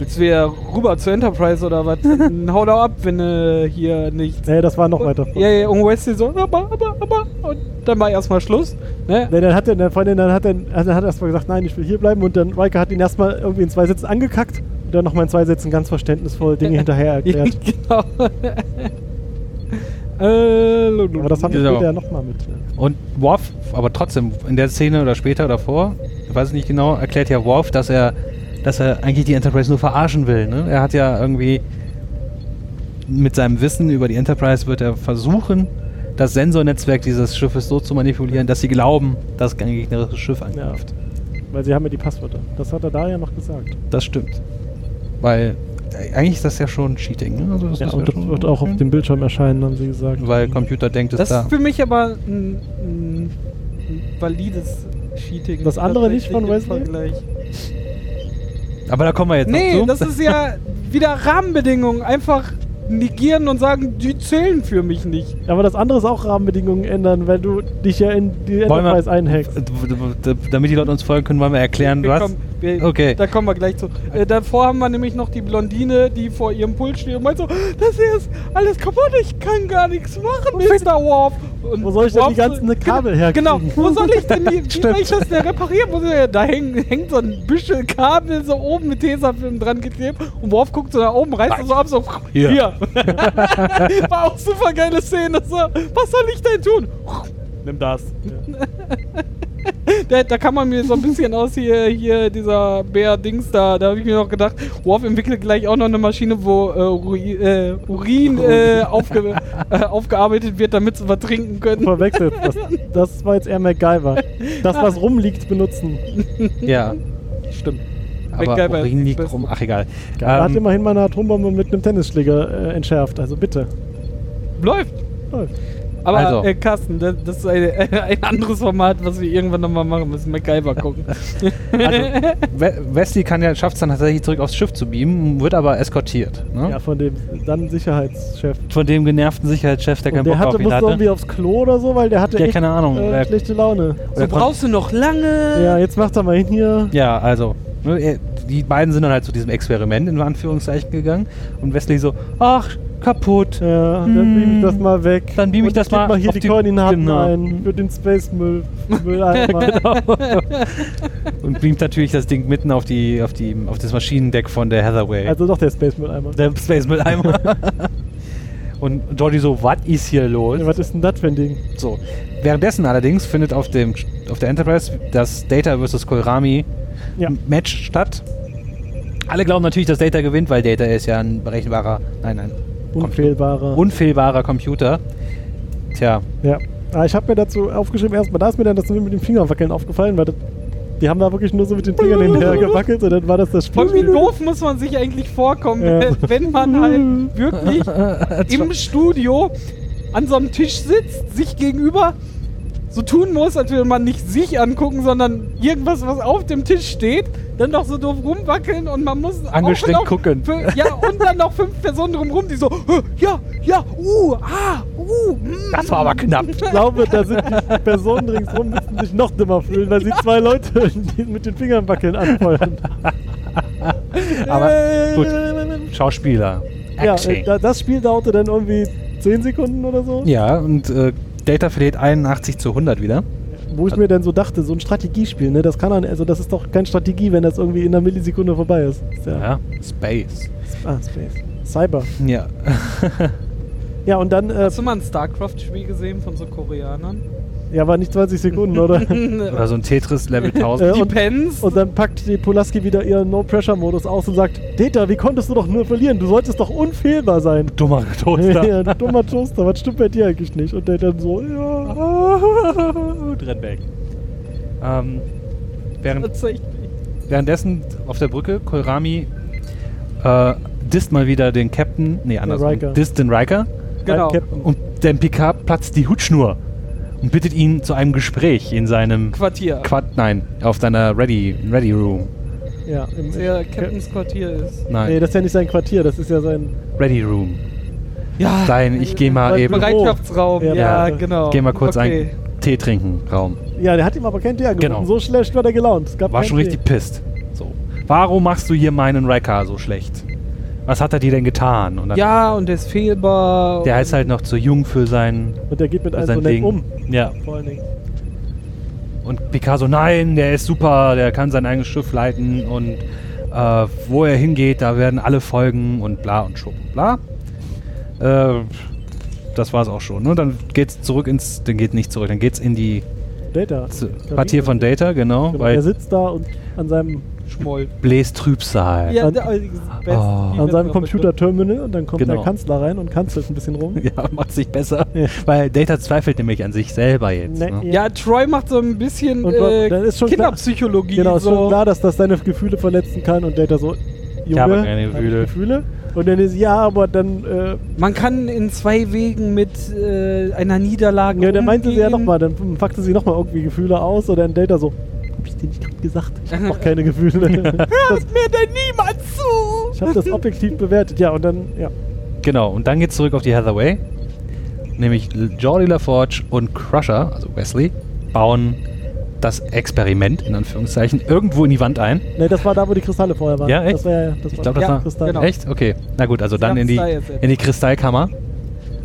Speaker 2: willst du wieder rüber zur Enterprise oder was? Dann Hau da ab, wenn du hier nicht
Speaker 1: Nee, das war noch weiter.
Speaker 2: Ja, ja, und Wesley so, aber, aber, aber. Und dann war erstmal Schluss. Ne?
Speaker 1: Nee, dann hat er, dann, vor allem, dann hat er, also er hat erstmal gesagt, nein, ich will hier bleiben und dann Riker hat ihn erstmal irgendwie in zwei Sätzen angekackt und dann nochmal in zwei Sätzen ganz verständnisvoll Dinge hinterher erklärt.
Speaker 2: genau. äh,
Speaker 1: Aber das haben wir
Speaker 3: Genau.
Speaker 1: später ja nochmal mit. äh,
Speaker 3: Und Worf, aber trotzdem, in der Szene oder später oder vor, ich weiß nicht genau, erklärt ja Worf, dass er, dass er eigentlich die Enterprise nur verarschen will. Ne? Er hat ja irgendwie mit seinem Wissen über die Enterprise wird er versuchen, das Sensornetzwerk dieses Schiffes so zu manipulieren, dass sie glauben, dass ein gegnerisches Schiff
Speaker 1: Ja.
Speaker 3: angreift.
Speaker 1: Weil sie haben ja die Passwörter. Das hat er da ja noch gesagt.
Speaker 3: Das stimmt. Weil äh, eigentlich ist das ja schon Cheating. Ne? Also das
Speaker 1: Ja,
Speaker 3: ist
Speaker 1: und das
Speaker 3: schon
Speaker 1: wird auch auf dem Bildschirm erscheinen, haben sie gesagt.
Speaker 3: Weil Computer denkt es
Speaker 2: das
Speaker 3: da.
Speaker 2: ist für mich aber ein, ein, ein valides Cheating.
Speaker 1: Das andere nicht von
Speaker 2: tatsächlich im
Speaker 1: Wesley?
Speaker 2: Vergleich.
Speaker 3: Aber da kommen wir jetzt
Speaker 2: Nee,
Speaker 3: noch zu.
Speaker 2: das ist ja wieder Rahmenbedingungen. Einfach negieren und sagen, die zählen für mich nicht.
Speaker 1: Aber das andere ist auch Rahmenbedingungen ändern, weil du dich ja in die
Speaker 3: Wollen wir-
Speaker 1: Enterprise einhackst.
Speaker 3: D- d- d- Damit die Leute uns folgen können, wollen wir erklären,
Speaker 2: Wir
Speaker 3: was.
Speaker 2: kommen- wir,
Speaker 3: Okay.
Speaker 2: Da kommen wir gleich zu. Äh, davor haben wir nämlich noch die Blondine, die vor ihrem Pult steht und meint so, das hier ist alles kaputt, ich kann gar nichts machen, Mr. Worf. Und
Speaker 1: Wo soll ich denn
Speaker 2: Worf
Speaker 1: die ganzen
Speaker 2: so-
Speaker 1: Kabel
Speaker 2: Genau,
Speaker 1: herkriegen?
Speaker 2: wo soll ich denn die, wie soll ich
Speaker 3: Stimmt.
Speaker 2: das denn reparieren? Wo soll ich, da hängt, hängt so ein Büschel Kabel so oben mit Tesafilm dran geklebt und Worf guckt so nach oben, reißt das so ab, so
Speaker 3: Hier.
Speaker 2: hier, War auch super geile Szene. So, was soll ich denn tun?
Speaker 1: Nimm das.
Speaker 2: Da, da kann man mir so ein bisschen aus hier, hier dieser Bär-Dings da. Da habe ich mir noch gedacht, Worf entwickelt gleich auch noch eine Maschine, wo äh, Uri, äh, Urin äh, aufge, äh, aufgearbeitet wird, damit sie was trinken können.
Speaker 1: Verwechselt. Das, das war jetzt eher MacGyver. Das, was rumliegt, benutzen.
Speaker 3: ja,
Speaker 2: Stimmt.
Speaker 3: aber
Speaker 2: MacGyver ist
Speaker 3: Urin
Speaker 2: das
Speaker 3: liegt
Speaker 2: Beste.
Speaker 3: rum. Ach, egal.
Speaker 1: Er hat
Speaker 3: Ähm,
Speaker 1: immerhin meine Atombombe mit einem Tennisschläger äh, entschärft. Also bitte.
Speaker 2: Läuft.
Speaker 1: Läuft.
Speaker 2: Aber
Speaker 3: Also.
Speaker 2: äh, Carsten, das, das ist eine, ein anderes Format, was wir irgendwann nochmal machen müssen. MacGyver gucken.
Speaker 3: also, We- Wesley kann ja, schafft es dann tatsächlich zurück aufs Schiff zu beamen, wird aber eskortiert. Ne?
Speaker 1: Ja, von dem dann Sicherheitschef.
Speaker 3: Von dem genervten Sicherheitschef, der
Speaker 1: Und
Speaker 3: keinen
Speaker 1: der
Speaker 3: Bock
Speaker 1: hatte,
Speaker 3: auf ihn
Speaker 1: musste
Speaker 3: hatte.
Speaker 1: irgendwie aufs Klo oder so, weil der hatte
Speaker 3: Ja,
Speaker 1: echt,
Speaker 3: keine Ahnung.
Speaker 1: äh,
Speaker 3: Der-
Speaker 1: schlechte Laune.
Speaker 2: so brauchst du noch lange.
Speaker 1: Ja, jetzt macht er mal hin hier.
Speaker 3: Ja, also, ne, er- die beiden sind dann halt zu diesem Experiment in Anführungszeichen gegangen und Wesley so, ach, kaputt.
Speaker 1: Ja, dann
Speaker 3: Hm.
Speaker 1: beam ich das mal weg.
Speaker 3: Dann beam ich
Speaker 1: Und
Speaker 3: das
Speaker 1: gebe
Speaker 3: mal
Speaker 1: hier
Speaker 3: auf
Speaker 1: die
Speaker 3: die-
Speaker 1: Koordinaten
Speaker 3: genau.
Speaker 1: ein für den Space Müll. Mülleimer.
Speaker 3: Und beamt natürlich das Ding mitten auf, die, auf, die, auf das Maschinendeck von der Hathaway.
Speaker 1: Also doch der Space Mülleimer.
Speaker 3: der Space Mülleimer. und Jordi so, was ist hier los?
Speaker 1: Was ist denn das für ein Ding?
Speaker 3: So. Währenddessen allerdings findet auf, dem, auf der Enterprise das Data vs. Kohlrami
Speaker 1: Ja.
Speaker 3: Match statt. Alle glauben natürlich, dass Data gewinnt, weil Data ist ja ein berechenbarer, nein, nein,
Speaker 1: Unfehlbarer.
Speaker 3: unfehlbarer Computer. Tja,
Speaker 1: Ja. Ah, ich habe mir dazu aufgeschrieben, erstmal, da ist mir dann das mit den Fingerwackeln aufgefallen, weil das, die haben da wirklich nur so mit den Fingern hinterher gewackelt und dann war das das
Speaker 2: Voll wie
Speaker 1: Spiel.
Speaker 2: doof muss man sich eigentlich vorkommen,
Speaker 1: Ja.
Speaker 2: wenn man halt wirklich im Studio an so einem Tisch sitzt, sich gegenüber so tun muss, als würde man nicht sich angucken, sondern irgendwas, was auf dem Tisch steht, dann doch so doof rumwackeln und man muss auch
Speaker 3: Angestrengt
Speaker 2: noch
Speaker 3: gucken.
Speaker 2: fü- ja, und dann noch fünf Personen drumrum, die so, "Hö, ja, ja, uh, ah, uh, mm.
Speaker 3: das war aber knapp.
Speaker 1: Ich glaube, da sind die Personen ringsrum, müssen sich noch dümmer fühlen, weil sie zwei Leute die mit den Fingern wackeln anfeuern.
Speaker 3: Aber gut, Schauspieler.
Speaker 1: Ja,
Speaker 3: Acting.
Speaker 1: äh, da- das Spiel dauerte dann irgendwie 10 Sekunden oder so.
Speaker 3: ja und äh, Data verliert 81 zu 100 wieder.
Speaker 1: Wo ich mir dann so dachte, so ein Strategiespiel, ne, das kann dann, also das ist doch keine Strategie, wenn das irgendwie in einer Millisekunde vorbei ist. Ist ja-
Speaker 3: Ja, Space.
Speaker 1: Ah, Space. Cyber.
Speaker 3: Ja.
Speaker 1: Ja, und dann, äh,
Speaker 2: Hast du mal ein StarCraft-Spiel gesehen von so Koreanern?
Speaker 1: ja, war nicht 20 Sekunden, oder?
Speaker 3: Oder so ein Tetris Level
Speaker 1: Äh,
Speaker 3: 1000.
Speaker 2: Die
Speaker 1: und-
Speaker 2: Pens?
Speaker 1: Und dann packt die Pulaski wieder ihren No-Pressure-Modus aus und sagt, Data, wie konntest du doch nur verlieren? Du solltest doch unfehlbar sein.
Speaker 3: Dummer
Speaker 1: Ja, du dummer Toaster, was stimmt bei dir eigentlich nicht? Und Data so, ja.
Speaker 3: und rennt weg. Ähm, während,
Speaker 2: Tatsächlich.
Speaker 3: währenddessen auf der Brücke, Kohlrami äh, disst mal wieder den Captain, nee, andersrum,
Speaker 1: Riker.
Speaker 3: disst den Riker
Speaker 2: Genau.
Speaker 1: Mein Captain.
Speaker 3: und dem Picard platzt die Hutschnur und bittet ihn zu einem Gespräch in seinem
Speaker 2: Quartier.
Speaker 3: Quad, nein, auf seiner Ready, Ready Room.
Speaker 1: Ja, im,
Speaker 2: der Captains Quartier ist.
Speaker 3: Nein,
Speaker 1: Nee, das ist ja nicht sein Quartier, das ist ja sein.
Speaker 3: Ready Room.
Speaker 2: Ja,
Speaker 3: Sein, ich gehe mal
Speaker 1: Äh,
Speaker 3: eben,
Speaker 1: bereit-
Speaker 2: Bereitschaftsraum.
Speaker 1: Ja,
Speaker 2: Ja,
Speaker 1: ja.
Speaker 2: genau.
Speaker 3: geh mal kurz
Speaker 2: okay.
Speaker 3: einen Tee trinken, Raum.
Speaker 1: Ja, der hat ihm aber kein Tier angeboten.
Speaker 3: Genau.
Speaker 1: So schlecht war der gelaunt. Es gab
Speaker 3: War
Speaker 1: kein
Speaker 3: schon
Speaker 1: Tee.
Speaker 3: richtig pisst. So. Warum machst du hier meinen Riker so schlecht? Was hat er dir denn getan? Und dann
Speaker 2: Ja, und der ist fehlbar.
Speaker 3: Der ist halt noch zu jung für sein,
Speaker 1: Und der geht mit
Speaker 3: für
Speaker 1: einem so
Speaker 3: sein
Speaker 1: nett
Speaker 3: Ding.
Speaker 1: um.
Speaker 3: Ja.
Speaker 1: Vor allen Dingen.
Speaker 3: Und Picasso, nein, der ist super, der kann sein eigenes Schiff leiten und äh, wo er hingeht, da werden alle folgen und bla und schub und bla. Äh, das war's auch schon. Ne? Dann geht's zurück ins. Dann geht nicht zurück, dann geht's in die
Speaker 1: Data.
Speaker 3: Z-
Speaker 1: Karina.
Speaker 3: Quartier von Data, genau.
Speaker 1: Genau, Er
Speaker 3: weil
Speaker 1: sitzt da und an seinem,
Speaker 2: Schmoll.
Speaker 3: Blaze Trübsal.
Speaker 2: Ja,
Speaker 1: halt- An-
Speaker 2: der, also, best,
Speaker 3: Oh.
Speaker 2: die
Speaker 1: an seinem
Speaker 2: Welt-
Speaker 1: Computerterminal und dann kommt der
Speaker 3: Genau.
Speaker 1: Kanzler rein und kanzelt ein bisschen rum.
Speaker 3: Ja, macht sich besser.
Speaker 1: Ja.
Speaker 3: Weil Data zweifelt nämlich an sich selber jetzt.
Speaker 1: Nee,
Speaker 3: Ne?
Speaker 2: Ja, Troy macht so ein bisschen
Speaker 1: Und
Speaker 2: äh,
Speaker 1: dann ist schon klar-
Speaker 2: Kinderpsychologie.
Speaker 1: Genau, ist
Speaker 2: so.
Speaker 1: schon klar, dass das deine Gefühle verletzen kann und Data so, Junge,
Speaker 3: habe keine
Speaker 1: hab
Speaker 3: Gefühle.
Speaker 1: Gefühle. Und dann ist, ja, aber dann, äh,
Speaker 2: Man kann in zwei Wegen mit äh, einer Niederlage.
Speaker 1: ja, dann meinte sie ja
Speaker 2: umgehen.
Speaker 1: nochmal, dann packte sie nochmal irgendwie Gefühle aus und dann Data so, hab ich dir nicht gerade gesagt, ich hab auch keine Gefühle. das,
Speaker 2: Hört mir denn niemand zu?
Speaker 1: ich hab das objektiv bewertet, ja, und dann, ja.
Speaker 3: Genau, und dann geht's zurück auf die Hathaway. Nämlich Jordi LaForge und Crusher, also Wesley, bauen das Experiment, in Anführungszeichen, irgendwo in die Wand ein.
Speaker 1: Ne, das war da, wo die Kristalle vorher waren.
Speaker 3: Ja, echt?
Speaker 1: Das war, ja- das
Speaker 3: Ich
Speaker 1: war
Speaker 3: glaube, das
Speaker 2: Ja,
Speaker 3: war.
Speaker 1: Kristall.
Speaker 2: genau.
Speaker 3: Echt? Okay. Na gut, also dann
Speaker 2: haben
Speaker 3: in die,
Speaker 2: Style jetzt jetzt.
Speaker 3: in die Kristallkammer.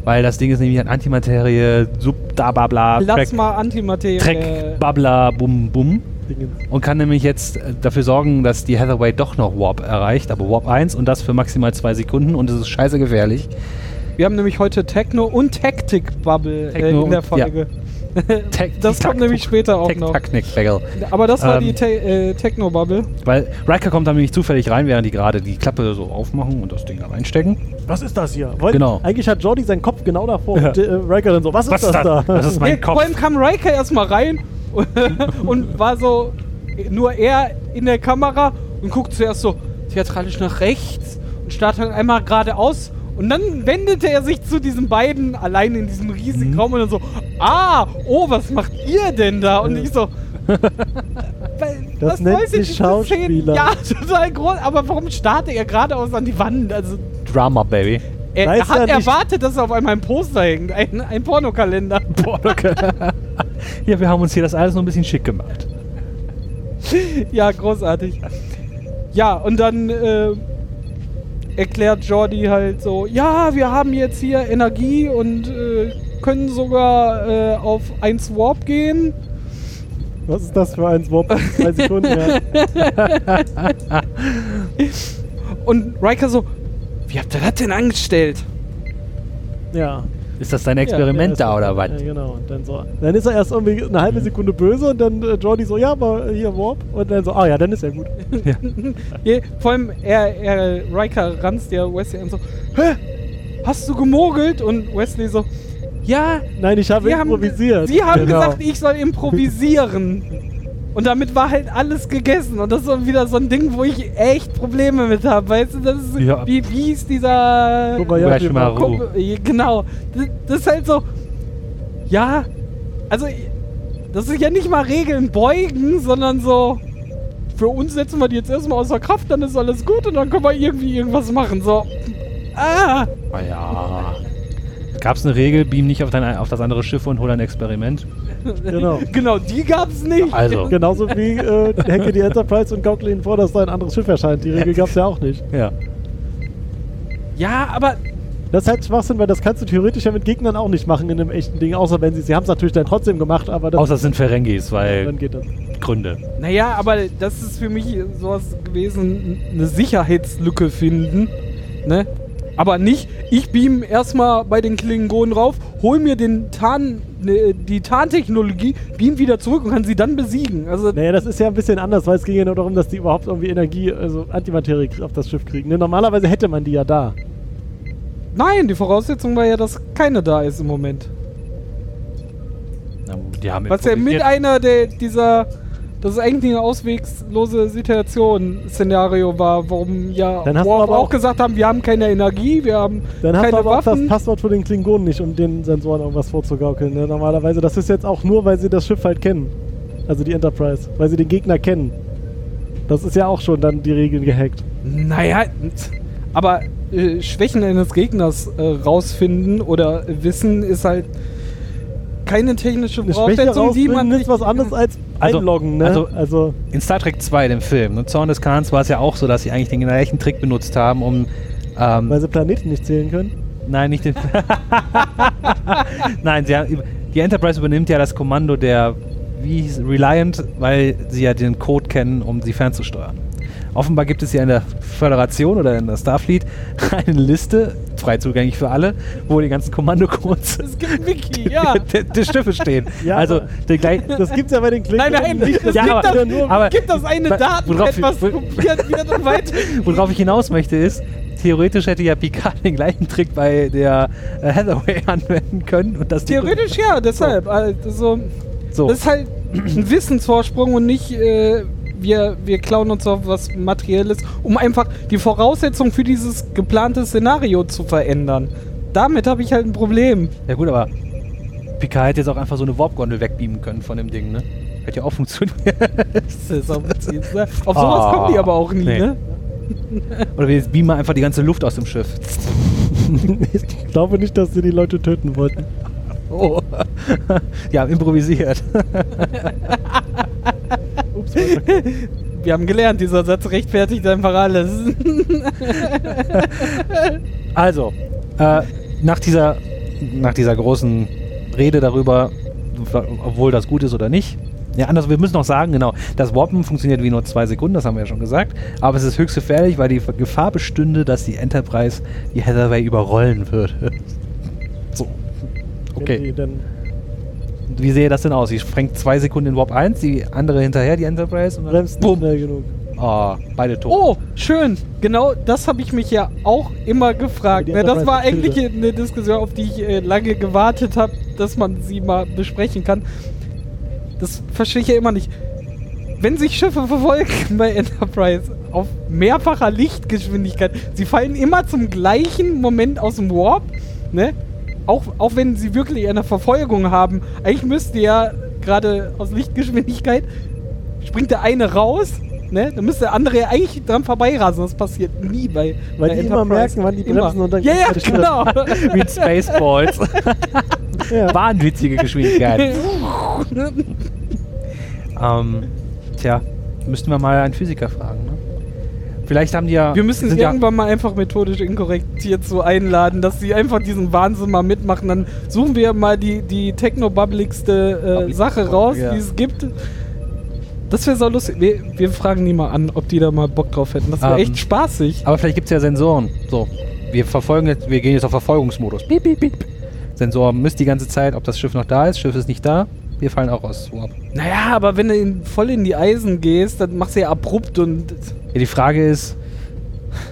Speaker 3: Weil das Ding ist nämlich ein Antimaterie, Sub, da, bla, bla, Track,
Speaker 2: Lass mal Antimaterie. Äh,
Speaker 3: Track, Babla, Bum, Bum.
Speaker 2: genau.
Speaker 1: Dingens.
Speaker 3: Und kann nämlich jetzt äh, dafür sorgen, dass die Hathaway doch noch Warp erreicht, aber Warp 1 und das für maximal zwei Sekunden und es ist scheiße gefährlich.
Speaker 2: Wir haben nämlich heute Techno und Taktik Bubble
Speaker 3: Techno
Speaker 2: äh, in der
Speaker 3: und-
Speaker 2: Folge.
Speaker 3: Tech-
Speaker 2: das
Speaker 3: Tic-Tac-Tuck.
Speaker 2: kommt nämlich später auch noch.
Speaker 3: Tic-Tac-Nick-Bagel.
Speaker 2: Aber das war
Speaker 3: Ähm.
Speaker 2: die Te äh, Techno Bubble.
Speaker 3: Weil Riker kommt dann nämlich zufällig rein, während die gerade die Klappe so aufmachen und das Ding da reinstecken.
Speaker 1: Was ist das hier? Weil
Speaker 3: Genau.
Speaker 1: Eigentlich hat Jordi seinen Kopf genau davor.
Speaker 3: Ja.
Speaker 1: Und, äh, Riker dann so, was, ist das da?
Speaker 3: Das ist mein
Speaker 2: Vor allem
Speaker 3: Kopf.
Speaker 2: kam Riker erstmal rein und war so nur er in der Kamera und guckt zuerst so theatralisch nach rechts und starrt dann einmal geradeaus und dann wendete er sich zu diesen beiden allein in diesem riesigen
Speaker 1: Mhm.
Speaker 2: Raum und dann so, ah, oh, was macht ihr denn da? Und ich so,
Speaker 1: Das nennt
Speaker 2: wollt ihr
Speaker 1: sich
Speaker 2: diese
Speaker 1: Schauspieler.
Speaker 2: Szenen? Ja, total groß, aber warum starrte er geradeaus an die Wand? Also,
Speaker 3: Drama, Baby.
Speaker 2: er,
Speaker 1: Weiß
Speaker 2: er hat
Speaker 1: er nicht.
Speaker 2: erwartet, dass er auf einmal ein Poster hängt, ein, ein Pornokalender.
Speaker 3: Boah, okay. ja, wir haben uns hier das alles noch ein bisschen schick gemacht.
Speaker 2: Ja, großartig. Ja, und dann äh, erklärt Jordi halt so, ja, wir haben jetzt hier Energie und äh, können sogar äh, auf 1 Warp gehen.
Speaker 1: Was ist das für ein Swap? Zwei Sekunden, ja.
Speaker 2: Und Riker so, wie habt ihr das denn angestellt?
Speaker 1: ja.
Speaker 3: Ist das dein
Speaker 1: Ja,
Speaker 3: Experiment
Speaker 1: ja,
Speaker 3: da oder was? Hm.
Speaker 1: Ja, genau. Und dann so. Dann ist er erst irgendwie eine halbe Sekunde böse und dann äh, Jordi so, ja, aber hier Warp. Und dann so, ah ja, dann ist er gut.
Speaker 2: Je, vor allem, er, er, Riker ranzt ja Wesley an so, hä, hast du gemogelt? Und Wesley so, ja,
Speaker 1: Nein, ich habe
Speaker 2: Sie haben,
Speaker 1: improvisiert.
Speaker 2: Sie haben
Speaker 1: Genau.
Speaker 2: gesagt, ich soll improvisieren. Und damit war halt alles gegessen. Und das ist so wieder so ein Ding, wo ich echt Probleme mit habe. Weißt du, das ist
Speaker 3: Ja.
Speaker 2: wie, wie ist dieser.
Speaker 1: Kobayashi
Speaker 3: Kobayashi Maru.
Speaker 2: Kom- äh, genau. Das, das ist halt so. Ja. Also, das ist ja nicht mal Regeln beugen, sondern so. Für uns setzen wir die jetzt erstmal außer Kraft, dann ist alles gut und dann können wir irgendwie irgendwas machen. So. Ah!
Speaker 3: Ah ja. Gab's eine Regel, beam nicht auf, dein, auf das andere Schiff und hol ein Experiment?
Speaker 1: Genau.
Speaker 2: Genau, die gab's nicht.
Speaker 3: Also.
Speaker 1: Genauso wie äh, Hacke die Enterprise und gaukle ihnen vor, dass da ein anderes Schiff erscheint. Die Regel gab es ja auch nicht.
Speaker 3: Ja.
Speaker 2: Ja, aber
Speaker 1: Das ist halt Schwachsinn, weil das kannst du theoretisch ja mit Gegnern auch nicht machen in einem echten Ding. Außer wenn sie, sie haben es natürlich dann trotzdem gemacht, aber das,
Speaker 3: Außer es sind Ferengis,
Speaker 1: dann
Speaker 3: weil
Speaker 1: geht das.
Speaker 3: Gründe.
Speaker 2: Naja, aber das ist für mich sowas gewesen, eine Sicherheitslücke finden. Ne? Aber nicht, ich beam erstmal bei den Klingonen rauf, hol mir den Tarn, ne, die Tarntechnologie, beam wieder zurück und kann sie dann besiegen. Also,
Speaker 1: Naja, das ist ja ein bisschen anders, weil es ging ja nur darum, dass die überhaupt irgendwie Energie, also Antimaterie auf das Schiff kriegen. Ne, normalerweise hätte man die ja da.
Speaker 2: nein, die Voraussetzung war ja, dass keine da ist im Moment.
Speaker 3: Na, Die haben
Speaker 2: Was ja mit
Speaker 3: improvisiert.
Speaker 2: einer der, dieser, das ist eigentlich eine auswegslose Situation, Szenario war, warum ja
Speaker 1: Dann hast du
Speaker 2: Worf
Speaker 1: aber
Speaker 2: auch
Speaker 1: auch-
Speaker 2: gesagt haben, wir haben keine Energie, wir haben
Speaker 1: Dann hast
Speaker 2: keine
Speaker 1: du aber auch das
Speaker 2: Waffen.
Speaker 1: Passwort für den Klingonen nicht, um den Sensoren irgendwas vorzugaukeln. Ne? Normalerweise, das ist jetzt auch nur, weil sie das Schiff halt kennen. Also die Enterprise. Weil sie den Gegner kennen. Das ist ja auch schon dann die Regeln gehackt.
Speaker 2: Naja, aber äh, Schwächen eines Gegners äh, rausfinden oder wissen ist halt keine technische
Speaker 1: Eine Schwäche
Speaker 2: Voraussetzung, die
Speaker 1: rausfinden
Speaker 2: man
Speaker 1: ist
Speaker 2: nicht-
Speaker 1: was anderes als
Speaker 3: Also-
Speaker 1: einloggen. Ne?
Speaker 3: also-
Speaker 1: also
Speaker 3: In Star Trek 2, dem Film, und Zorn des Khans, war es ja auch so, dass sie eigentlich den gleichen Trick benutzt haben, um. Ähm,
Speaker 1: weil sie Planeten nicht zählen können.
Speaker 3: Nein, nicht den. Nein, sie haben, die Enterprise übernimmt ja das Kommando der wie hieß, Reliant, weil sie ja den Code kennen, um sie fernzusteuern. Offenbar gibt es ja in der Föderation oder in der Starfleet eine Liste, frei zugänglich für alle, wo die ganzen Kommandocodes
Speaker 2: Es gibt ein Wiki, ja.
Speaker 3: der, der Schiffe stehen.
Speaker 1: Ja,
Speaker 3: also
Speaker 1: aber-
Speaker 3: der gleich,
Speaker 1: Das gibt's ja bei den
Speaker 2: Nein,
Speaker 1: Klingonen.
Speaker 2: nein,
Speaker 1: nicht.
Speaker 2: es
Speaker 3: Ja,
Speaker 2: gibt,
Speaker 3: aber-
Speaker 2: das,
Speaker 3: aber-
Speaker 2: gibt das eine
Speaker 3: wa-
Speaker 2: Daten,
Speaker 3: worauf ich-
Speaker 2: etwas kopiert wird und weiter.
Speaker 3: Worauf ich hinaus möchte ist, theoretisch hätte ja Picard den gleichen Trick bei der äh, Hathaway anwenden können und das Ding-
Speaker 2: Theoretisch ja, deshalb. Also,
Speaker 3: so.
Speaker 2: Das ist halt ein Wissensvorsprung und nicht, äh, wir, wir klauen uns auf was Materielles, um einfach die Voraussetzung für dieses geplante Szenario zu verändern. Damit habe ich halt ein Problem.
Speaker 3: Ja gut, aber Picard hätte jetzt auch einfach so eine Warp-Gondel wegbeamen können von dem Ding, ne? Hätte ja auch funktioniert.
Speaker 2: Das ist auf auf sowas
Speaker 3: Ah,
Speaker 2: kommen die aber auch nie,
Speaker 3: nee.
Speaker 2: ne?
Speaker 3: Oder wir beamen mal einfach die ganze Luft aus dem Schiff.
Speaker 1: ich glaube nicht, dass sie die Leute töten wollten.
Speaker 3: Oh. ja, improvisiert.
Speaker 1: Ups,
Speaker 2: Wir haben gelernt, dieser Satz rechtfertigt einfach alles.
Speaker 3: Also, äh, nach, dieser, nach dieser großen Rede darüber, obwohl das gut ist oder nicht, Ja, anders, wir müssen noch sagen, genau, das Warpen funktioniert wie nur zwei Sekunden, das haben wir ja schon gesagt. Aber es ist höchst gefährlich, weil die Gefahr bestünde, dass die Enterprise die Hathaway überrollen würde. So.
Speaker 1: Wenn
Speaker 3: Okay.
Speaker 1: die dann
Speaker 3: Wie sähe das denn aus? Sie sprengt zwei Sekunden in Warp 1, die andere hinterher, die Enterprise, und dann.
Speaker 1: bremst nicht schnell genug.
Speaker 3: Oh, beide tot.
Speaker 2: Oh, schön. Genau das habe ich mich ja auch immer gefragt.
Speaker 1: Die
Speaker 2: Ne, das war
Speaker 1: Enterprise
Speaker 2: eigentlich eine Diskussion, auf die ich äh, lange gewartet habe, dass man sie mal besprechen kann. Das verstehe ich ja immer nicht. Wenn sich Schiffe verfolgen bei Enterprise auf mehrfacher Lichtgeschwindigkeit, sie fallen immer zum gleichen Moment aus dem Warp, ne? Auch, auch wenn sie wirklich eine Verfolgung haben. Eigentlich müsste ja gerade aus Lichtgeschwindigkeit springt der eine raus, ne? Dann müsste der andere eigentlich dran vorbeirasen. Das passiert nie bei.
Speaker 1: Weil
Speaker 2: bei
Speaker 1: die immer
Speaker 2: Enterprise.
Speaker 1: merken, wann die bremsen und dann
Speaker 2: Ja, ja,
Speaker 1: gleichzeitig
Speaker 2: genau.
Speaker 3: Mit Spaceballs.
Speaker 1: Ja.
Speaker 3: Wahnwitzige Geschwindigkeit. ähm, tja, müssten wir mal einen Physiker fragen, ne? Vielleicht haben die ja.
Speaker 2: Wir müssen
Speaker 3: sind ja,
Speaker 2: irgendwann mal einfach methodisch inkorrekt hierzu einladen, dass sie einfach diesen Wahnsinn mal mitmachen. Dann suchen wir mal die, die technobubbeligste äh,
Speaker 3: Public-
Speaker 2: Sache raus,
Speaker 3: Ja.
Speaker 2: die es gibt. Das wäre so lustig. Wir, wir fragen die mal an, ob die da mal Bock drauf hätten. Das wäre
Speaker 3: Ähm,
Speaker 2: echt spaßig.
Speaker 3: Aber vielleicht gibt es ja Sensoren. So, wir verfolgen jetzt, wir gehen jetzt auf Verfolgungsmodus. Piep, piep, piep. Sensor misst die ganze Zeit, ob das Schiff noch da ist. Schiff ist nicht da. Wir fallen auch aus. Warp.
Speaker 2: Naja, aber wenn du in, voll in die Eisen gehst, dann machst du ja abrupt und.
Speaker 3: Ja, die Frage ist,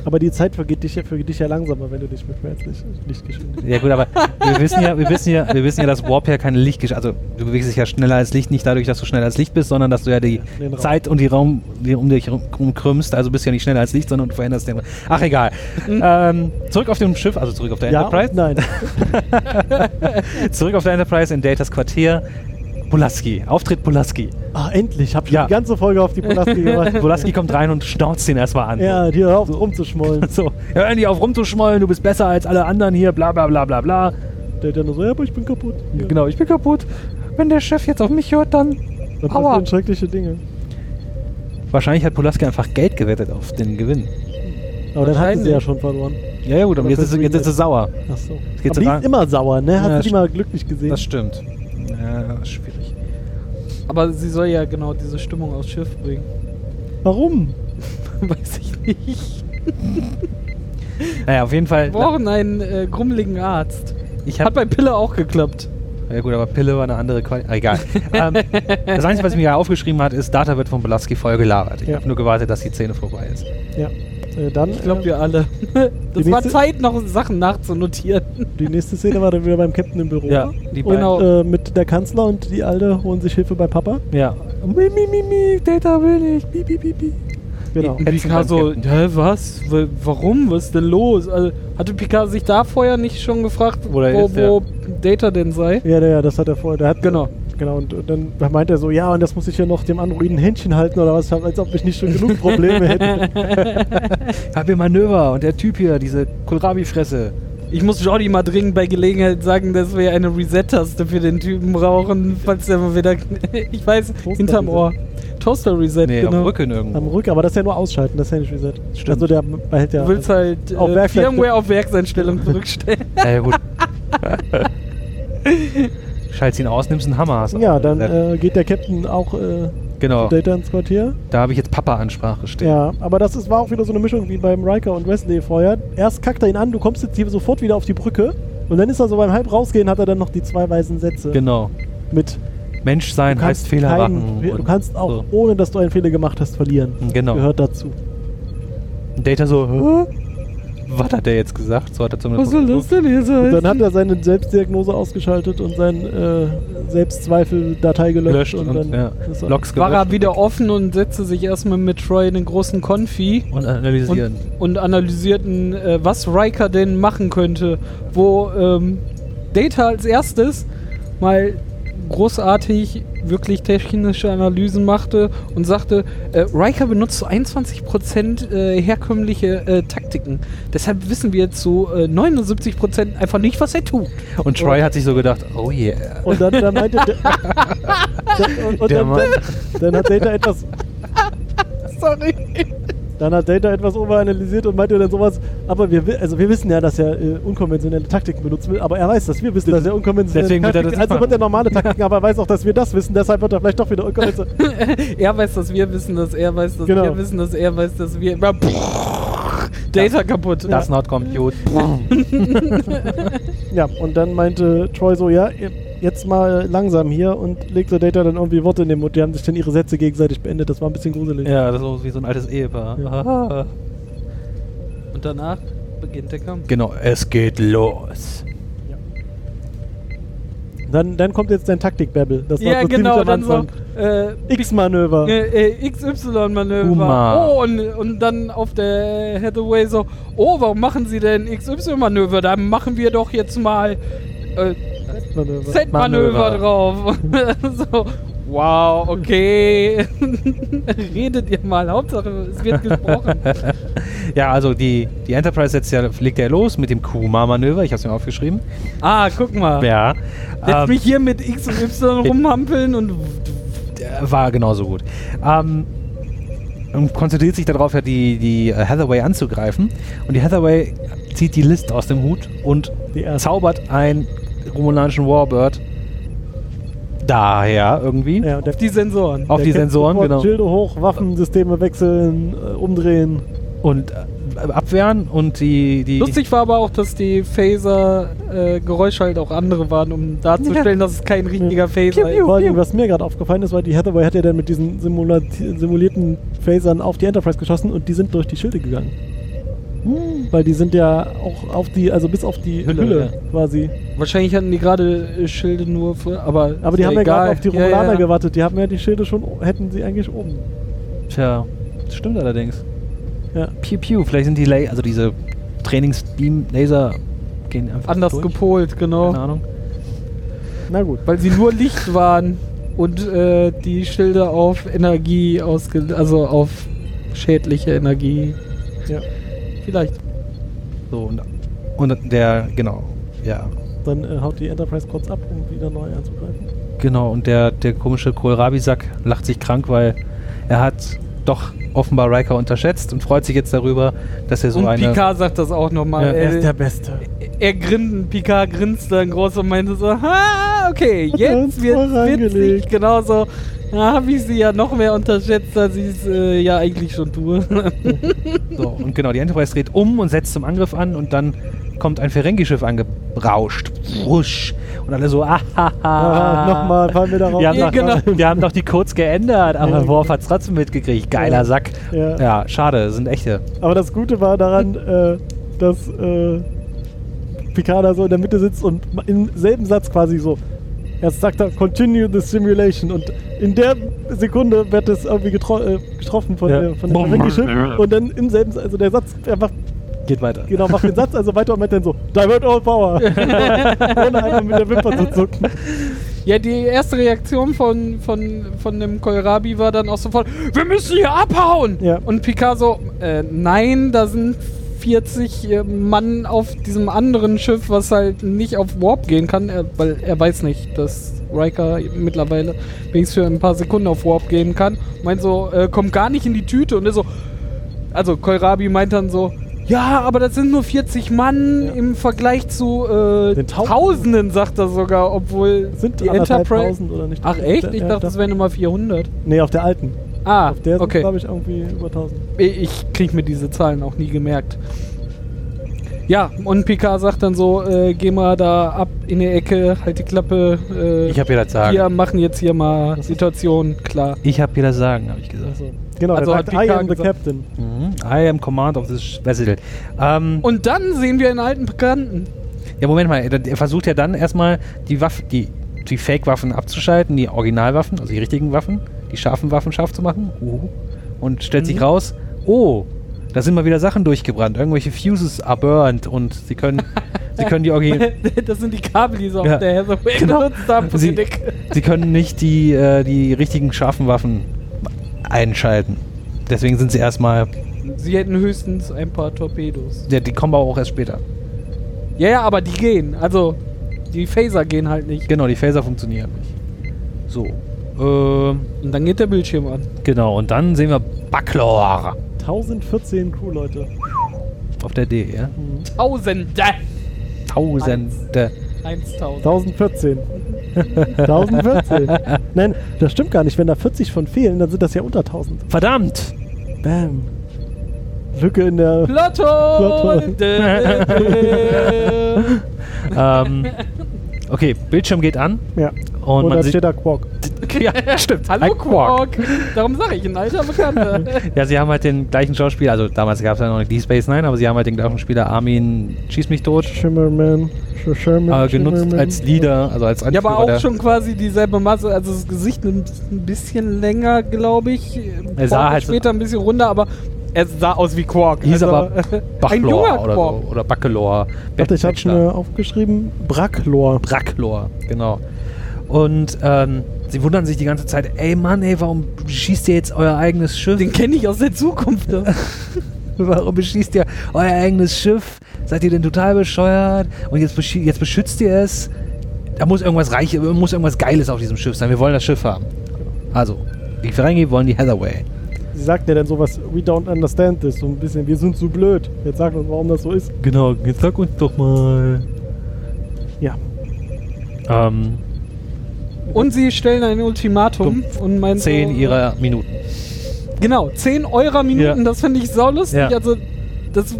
Speaker 1: Aber die Zeit vergeht dich, ja- für dich ja langsamer, wenn du dich mit schmerzlich Lichtgeschwindigkeit.
Speaker 3: ja gut, aber wir wissen ja, wir wissen ja, wir wissen ja, dass Warp ja keine Lichtgesch... Also du bewegst dich ja schneller als Licht, nicht dadurch, dass du schneller als Licht bist, sondern dass du ja die
Speaker 1: Den Raum.
Speaker 3: Zeit und die Raum die um dich herum krümmst. Also bist du ja nicht schneller als Licht, sondern du veränderst den. Ach egal. ähm, zurück auf dem Schiff, also zurück auf der
Speaker 1: Mhm. Ja,
Speaker 3: Enterprise.
Speaker 1: und nein.
Speaker 3: Zurück auf der Enterprise in Datas Quartier. Pulaski, Auftritt Pulaski.
Speaker 1: Ah, endlich. Hab schon
Speaker 3: Ja.
Speaker 1: die ganze Folge auf die Polaski gemacht.
Speaker 3: Pulaski kommt rein und schnauzt den erstmal an.
Speaker 1: Ja, die hör auf, rumzuschmollen.
Speaker 3: So, hör nicht auf rumzuschmollen, du bist besser als alle anderen hier, bla bla bla bla bla.
Speaker 1: Der dann so, ja, aber ich bin kaputt. Ja.
Speaker 3: Genau, ich bin kaputt. Wenn der Chef jetzt auf mich hört, dann.
Speaker 1: Da
Speaker 3: Aua.
Speaker 1: passieren schreckliche Dinge.
Speaker 3: Wahrscheinlich hat Pulaski einfach Geld gewettet auf den Gewinn.
Speaker 1: Aber dann hatten sie
Speaker 2: Wahrscheinlich.
Speaker 1: ja schon verloren.
Speaker 3: Ja, ja, gut, aber jetzt ist, jetzt ist es sauer.
Speaker 1: Ach so.
Speaker 3: geht's
Speaker 1: Aber die
Speaker 3: da-
Speaker 1: ist immer sauer, ne? Hast
Speaker 3: Ja,
Speaker 1: du die
Speaker 3: st-
Speaker 1: mal glücklich gesehen?
Speaker 3: Das stimmt. Ja, schwierig.
Speaker 2: Aber sie soll ja genau diese Stimmung aufs Schiff bringen.
Speaker 1: Warum?
Speaker 2: Weiß ich nicht.
Speaker 3: Naja, auf jeden Fall.
Speaker 2: Wir brauchen einen äh, grummeligen Arzt.
Speaker 3: Ich
Speaker 2: Hat
Speaker 3: hab,
Speaker 2: bei Pille auch geklappt.
Speaker 3: ja gut, aber Pille war eine andere Qualität. Egal. ähm, das Einzige, was ich mir ja aufgeschrieben hat, ist, Data wird von Pulaski voll gelabert. Ich
Speaker 1: Ja.
Speaker 3: habe nur gewartet, dass die Szene vorbei ist.
Speaker 1: Ja. Äh, dann,
Speaker 2: Ich glaube, wir alle. Das
Speaker 1: Die
Speaker 2: war
Speaker 1: nächste-
Speaker 2: Zeit, noch Sachen nachzunotieren.
Speaker 1: äh, die nächste Szene war dann wieder beim Captain im Büro.
Speaker 3: Ja, die
Speaker 1: und,
Speaker 2: beiden.
Speaker 1: äh, mit der Kanzler und die Alte holen sich Hilfe bei Papa.
Speaker 3: Ja. Mi, mi, mi, mi, Data will ich. Mi, mi, mi, mi.
Speaker 1: Genau.
Speaker 3: Ja. Ätzend beim Captain.
Speaker 2: hä, was? W- Warum? Was ist denn los? Also, hatte Picard sich da vorher nicht schon gefragt,
Speaker 3: Wo der
Speaker 2: wo,
Speaker 3: ist, ja.
Speaker 2: wo Data denn sei?
Speaker 1: Ja, der, das hat er vorher. Der hat,
Speaker 2: Genau.
Speaker 1: Genau, und, und dann meint er so, ja, und das muss ich ja noch dem Androiden Händchen halten oder was, als ob ich nicht schon genug Probleme hätte.
Speaker 3: Hab ihr Manöver und der Typ hier, diese Kohlrabi-Fresse.
Speaker 2: Ich muss Jordi mal dringend bei Gelegenheit sagen, dass wir eine Reset-Taste für den Typen brauchen, falls der mal wieder. Ich weiß,
Speaker 1: Toaster
Speaker 2: hinterm
Speaker 1: Reset.
Speaker 2: Ohr. Toaster Reset,
Speaker 3: Nee, am
Speaker 2: genau.
Speaker 3: Rücken irgendwo.
Speaker 1: Äh, Am Rücken, aber das ist ja nur ausschalten, das ist ja nicht reset.
Speaker 3: Stimmt.
Speaker 1: Also der behält ja.
Speaker 2: Du willst halt
Speaker 1: Auf
Speaker 2: äh,
Speaker 1: Werkseinstellung.
Speaker 2: Firmware auf Werkseinstellung zurückstellen.
Speaker 3: Na ja, gut. Schalt's ihn aus, nimmst einen Hammer. hast du.
Speaker 1: ja, dann äh, geht der Captain auch äh,
Speaker 3: genau,
Speaker 1: zu Data ins Quartier.
Speaker 3: da habe ich jetzt Papa-Ansprache stehen.
Speaker 1: Ja, aber das ist, war auch wieder so eine Mischung wie beim Riker und Wesley vorher. Erst kackt er ihn an, du kommst jetzt hier sofort wieder auf die Brücke. Und dann ist er so beim halb rausgehen, hat er dann noch die zwei weisen Sätze
Speaker 3: Genau.
Speaker 1: mit
Speaker 3: Mensch sein
Speaker 1: du
Speaker 3: heißt
Speaker 1: kannst,
Speaker 3: Fehler
Speaker 1: keinen,
Speaker 3: machen.
Speaker 1: du
Speaker 3: und
Speaker 1: kannst auch,
Speaker 3: so.
Speaker 1: ohne dass du einen Fehler gemacht hast, verlieren.
Speaker 3: Genau.
Speaker 1: Gehört dazu.
Speaker 3: Und Data so, Hä? was hat der jetzt gesagt? So hat er zumindest.
Speaker 2: Was soll das denn hier sein?
Speaker 1: Und dann hat er seine Selbstdiagnose ausgeschaltet und seine äh, Selbstzweifel-Datei gelöscht.
Speaker 3: Gelöscht und,
Speaker 1: dann
Speaker 3: ja,
Speaker 1: ist er-
Speaker 3: Logs
Speaker 2: war er
Speaker 3: gelöscht
Speaker 2: wieder offen und setzte sich erstmal mit Troy in den großen Konfi
Speaker 3: und
Speaker 2: und,
Speaker 3: analysieren.
Speaker 2: und analysierten, äh, was Riker denn machen könnte, wo ähm, Data als erstes mal großartig wirklich technische Analysen machte und sagte, äh, Riker benutzt zu 21% äh, herkömmliche äh, Taktiken. Deshalb wissen wir zu äh, 79% einfach nicht, was er tut.
Speaker 3: Und, Troy hat sich so gedacht, oh yeah.
Speaker 1: Und dann, dann meinte der, dann, und, und
Speaker 3: Der
Speaker 1: dann,
Speaker 3: Mann.
Speaker 1: dann, dann hat Data etwas,
Speaker 2: Sorry.
Speaker 1: Dann hat Data etwas overanalysiert und meinte dann sowas, aber wir, wi- also wir wissen ja, dass er äh, unkonventionelle Taktiken benutzen will, aber er weiß das, wir wissen, dass er unkonventionelle
Speaker 3: Deswegen wird er
Speaker 1: Taktiken,
Speaker 3: das
Speaker 1: also
Speaker 3: nicht machen.
Speaker 1: wird er normale Taktiken, aber er weiß auch, dass wir das wissen, deshalb wird er vielleicht doch wieder unkonventionell.
Speaker 2: Er weiß, dass wir wissen, dass er weiß, dass
Speaker 1: Genau.
Speaker 2: wir wissen, dass er weiß, dass wir. Data kaputt.
Speaker 3: Das not compute.
Speaker 1: Ja, und dann meinte Troy so, ja, ihr- jetzt mal langsam hier und legte Data dann irgendwie Worte in den Mund. Die haben sich dann ihre Sätze gegenseitig beendet. Das war ein bisschen gruselig.
Speaker 3: ja, das ist so wie so ein altes Ehepaar.
Speaker 1: Ja.
Speaker 3: Ah.
Speaker 2: Und danach beginnt der Kampf.
Speaker 3: Genau, es geht los.
Speaker 1: Dann, dann kommt jetzt dein Taktik-Babble. Das war
Speaker 2: Ja,
Speaker 1: so ziemlich
Speaker 2: genau,
Speaker 1: am
Speaker 2: dann so.
Speaker 1: Anfang.
Speaker 2: Äh,
Speaker 1: X-Manöver.
Speaker 2: äh, äh, XY-Manöver.
Speaker 3: Huma.
Speaker 2: Oh, und, und dann auf der Hathaway so, oh, warum machen sie denn XY-Manöver? Da machen wir doch jetzt mal äh,
Speaker 1: Manöver.
Speaker 2: Z-Manöver
Speaker 3: Manöver.
Speaker 2: drauf. so, wow, okay. Redet ihr mal, Hauptsache es wird gesprochen.
Speaker 3: Ja, also die, die Enterprise setzt ja, legt ja los mit dem Kuma-Manöver. Ich habe es mir aufgeschrieben.
Speaker 2: ah, guck mal.
Speaker 3: Ja.
Speaker 2: Jetzt
Speaker 3: Ähm,
Speaker 2: mich hier mit X und Y rumhampeln und
Speaker 3: Der war genauso gut. Ähm, und konzentriert sich darauf, ja, die, die äh, Hathaway anzugreifen. Und die Hathaway zieht die List aus dem Hut und
Speaker 1: Die erste.
Speaker 3: zaubert einen romulanischen Warbird daher irgendwie.
Speaker 1: Ja, und der,
Speaker 2: auf die Sensoren.
Speaker 3: Auf
Speaker 1: der
Speaker 3: die
Speaker 1: kennt
Speaker 3: Sensoren,
Speaker 1: sofort
Speaker 3: genau.
Speaker 1: Schilde hoch, Waffensysteme wechseln, äh, umdrehen.
Speaker 3: Und äh, abwehren und die. die
Speaker 2: Lustig war aber auch, dass die Phaser-Geräusche halt auch andere waren, um darzustellen, dass es kein richtiger Phaser
Speaker 1: Vor
Speaker 2: ist.
Speaker 1: allem, was mir gerade aufgefallen ist, war, die Hathaway hat ja dann mit diesen simula- simulierten Phasern auf die Enterprise geschossen und die sind durch die Schilde gegangen. Weil die sind ja auch auf die, also bis auf die Hülle,
Speaker 3: Hülle,
Speaker 1: quasi.
Speaker 2: Wahrscheinlich hatten die gerade äh, Schilde nur für, aber
Speaker 1: Aber die
Speaker 2: ist
Speaker 1: haben ja
Speaker 2: egal.
Speaker 1: gerade auf die Romulaner
Speaker 2: ja, ja.
Speaker 1: gewartet. Die haben ja die Schilde schon, o- hätten sie eigentlich oben.
Speaker 3: Tja, das stimmt allerdings.
Speaker 1: Ja.
Speaker 3: Pew Pew, vielleicht sind die. La also diese Trainingsbeam-Laser gehen einfach.
Speaker 2: Anders
Speaker 3: durch.
Speaker 2: gepolt, genau.
Speaker 3: Keine Ahnung.
Speaker 1: Na gut.
Speaker 2: Weil sie nur Licht waren und äh, die Schilde auf Energie ausge... also auf schädliche Energie.
Speaker 1: Ja.
Speaker 2: Vielleicht.
Speaker 3: So, und, und der, genau, ja.
Speaker 1: Dann äh, haut die Enterprise kurz ab, um wieder neu anzugreifen.
Speaker 3: Genau, und der, der komische Kohlrabi-Sack lacht sich krank, weil er hat doch offenbar Riker unterschätzt und freut sich jetzt darüber, dass er so
Speaker 2: und
Speaker 3: eine...
Speaker 2: Picard sagt das auch Äh, nochmal.
Speaker 3: Ja, er
Speaker 1: Beste.
Speaker 2: Er grinst, Picard grinst dann groß und meinte so, ha, okay,
Speaker 1: Hat er uns
Speaker 2: jetzt wird's
Speaker 1: voll
Speaker 2: witzig,
Speaker 1: reingelegt."
Speaker 2: genau so. Da habe ich sie ja noch mehr unterschätzt, als ich es äh, ja eigentlich schon tue.
Speaker 3: So, und genau, die Enterprise dreht um und setzt zum Angriff an und dann kommt ein Ferengi-Schiff angerauscht. Wusch. Und alle so, ah, ha, ha.
Speaker 1: Ah, nochmal, fallen wir darauf.
Speaker 3: Wir haben,
Speaker 2: Ja,
Speaker 3: doch,
Speaker 2: genau.
Speaker 3: wir haben doch die Codes geändert, aber
Speaker 1: Ja.
Speaker 3: Worf hat's trotzdem mitgekriegt.
Speaker 1: Ja.
Speaker 3: Geiler Sack.
Speaker 1: Ja.
Speaker 3: Ja, schade, sind echte.
Speaker 1: Aber das Gute war daran, äh, dass äh, Picard da so in der Mitte sitzt und ma- im selben Satz quasi so. Erst sagt er, continue the simulation. Und in der Sekunde wird es irgendwie getro äh, getroffen von,
Speaker 3: Ja.
Speaker 1: der, von dem Verwicklungsschiff. Und dann im selben, also der Satz einfach,
Speaker 3: Geht weiter.
Speaker 1: genau, macht den Satz also weiter und meint dann so, divert all power. Ohne einmal mit der Wimper zu zucken.
Speaker 2: ja, die erste Reaktion von, von, von dem Kohlrabi war dann auch sofort, wir müssen hier abhauen!
Speaker 1: Ja.
Speaker 2: Und Picard so, äh, nein, da sind 40 Mann auf diesem anderen Schiff, was halt nicht auf Warp gehen kann, äh, weil er weiß nicht, dass Riker mittlerweile wenigstens für ein paar Sekunden auf Warp gehen kann. Meint so, äh, kommt gar nicht in die Tüte und er so, also Kohlrabi meint dann so, ja, aber das sind nur 40 Mann
Speaker 1: Ja.
Speaker 2: im Vergleich zu äh,
Speaker 1: Den Tausenden.
Speaker 2: Tausenden, sagt er sogar, obwohl
Speaker 1: Sind
Speaker 2: die Enterprise.
Speaker 1: anderthalbtausend oder nicht?
Speaker 2: Ach echt? Ich
Speaker 1: Ja,
Speaker 2: dachte, das wären immer 400.
Speaker 1: Nee, auf der alten.
Speaker 2: Ah,
Speaker 1: auf der sind,
Speaker 2: okay.
Speaker 1: glaube ich, irgendwie über 1000.
Speaker 2: Ich krieg mir diese Zahlen auch nie gemerkt. Ja, und Picard sagt dann so, äh, geh mal da ab in die Ecke, halt die Klappe. Äh,
Speaker 3: Ich hab hier das Sagen.
Speaker 2: wir machen jetzt hier mal Situation klar.
Speaker 3: Ich hab hier das Sagen, habe ich gesagt.
Speaker 1: Also, genau,
Speaker 2: Also
Speaker 1: der
Speaker 2: hat
Speaker 1: sagt, I
Speaker 2: Picard
Speaker 1: am the
Speaker 2: gesagt-
Speaker 1: captain.
Speaker 3: Mhm. I am command of this vessel. Ähm,
Speaker 2: Und dann sehen wir einen alten Bekannten.
Speaker 3: ja, Moment mal, er er versucht ja dann erstmal die Waffen, die, die Fake-Waffen abzuschalten, die Originalwaffen, also die richtigen Waffen, die scharfen Waffen scharf zu machen. Uhu. Und stellt
Speaker 2: Mhm.
Speaker 3: sich raus, oh, da sind mal wieder Sachen durchgebrannt. Irgendwelche Fuses are burned und sie können, sie können die Orgi
Speaker 2: das sind die Kabel, die sie
Speaker 3: Ja.
Speaker 2: auf der Hathaway
Speaker 3: Genau.
Speaker 2: benutzt haben. für
Speaker 3: Sie-
Speaker 2: die Decke.
Speaker 3: sie können nicht die, äh, die richtigen scharfen Waffen einschalten. Deswegen sind sie erstmal,
Speaker 2: Sie hätten höchstens ein paar Torpedos.
Speaker 3: ja, die kommen aber auch erst später.
Speaker 2: Ja, ja, aber die gehen. Also, die Phaser gehen halt nicht.
Speaker 3: Genau, die Phaser funktionieren nicht. So. Ähm.
Speaker 2: Und dann geht der Bildschirm an.
Speaker 3: Genau, und dann sehen wir Backlor.
Speaker 1: 1014 Crewleute.
Speaker 4: Auf der D, ja?
Speaker 1: Mhm.
Speaker 2: Tausende!
Speaker 4: Tausende.
Speaker 2: 1000.
Speaker 1: 1014. 1014. Nein, das stimmt gar nicht. Wenn da 40 von fehlen, dann sind das ja unter 1000.
Speaker 3: Verdammt!
Speaker 1: Bam. Lücke in der.
Speaker 2: Lotto!
Speaker 1: Lotto.
Speaker 2: Dä, dä, dä.
Speaker 3: ähm, okay, Bildschirm geht an
Speaker 1: Ja.
Speaker 3: und
Speaker 1: Und
Speaker 3: man
Speaker 1: dann
Speaker 3: sieht.
Speaker 1: steht da Quark.
Speaker 3: ja, stimmt.
Speaker 2: Hallo
Speaker 3: Ein
Speaker 2: Quark! Darum sage ich, ein alter Bekannter.
Speaker 3: Ja, sie haben halt den gleichen Schauspieler, also damals gab es ja noch nicht Deep Space Nine, aber sie haben halt den gleichen Spieler Armin Schieß mich tot
Speaker 1: Shimmerman. Sh Shimmerman.
Speaker 3: äh, genutzt
Speaker 1: Shimmerman.
Speaker 3: als Leader, also als
Speaker 2: Ja, aber
Speaker 3: Anführer
Speaker 2: auch
Speaker 3: der-
Speaker 2: schon quasi dieselbe Masse. Also das Gesicht nimmt ein bisschen länger, glaube ich.
Speaker 3: Er sah
Speaker 2: Quark
Speaker 3: halt so-
Speaker 2: später ein bisschen runder, aber er sah aus wie Quark.
Speaker 3: Hieß
Speaker 2: also,
Speaker 3: aber
Speaker 2: ein junger
Speaker 3: Bachlor oder so.
Speaker 2: Quark.
Speaker 3: Oder Backelor.
Speaker 1: Warte, ich hab's mir aufgeschrieben. Bracklor.
Speaker 3: Bracklor, genau. Und ähm, sie wundern sich die ganze Zeit, ey Mann, ey, warum schießt ihr jetzt euer eigenes Schiff?
Speaker 2: Den kenne ich aus der Zukunft.
Speaker 3: Warum beschießt ihr euer eigenes Schiff? Seid ihr denn total bescheuert? Und jetzt, beschie- jetzt beschützt ihr es? Da muss irgendwas reich, muss irgendwas Geiles auf diesem Schiff sein. Wir wollen das Schiff haben. Also, die Ferengi wollen die Hathaway.
Speaker 1: Sie sagten ja dann sowas, we don't understand this, so ein bisschen, wir sind zu blöd. Jetzt sagt uns, warum das so ist.
Speaker 3: Genau, jetzt sag uns doch mal.
Speaker 1: Ja.
Speaker 3: Ähm,
Speaker 2: Und sie stellen ein Ultimatum und meinen
Speaker 3: zehn
Speaker 2: so,
Speaker 3: ihrer Minuten.
Speaker 2: Genau, 10 Euro Minuten,
Speaker 3: Ja.
Speaker 2: das finde ich saulustig.
Speaker 3: Ja.
Speaker 2: Also, das,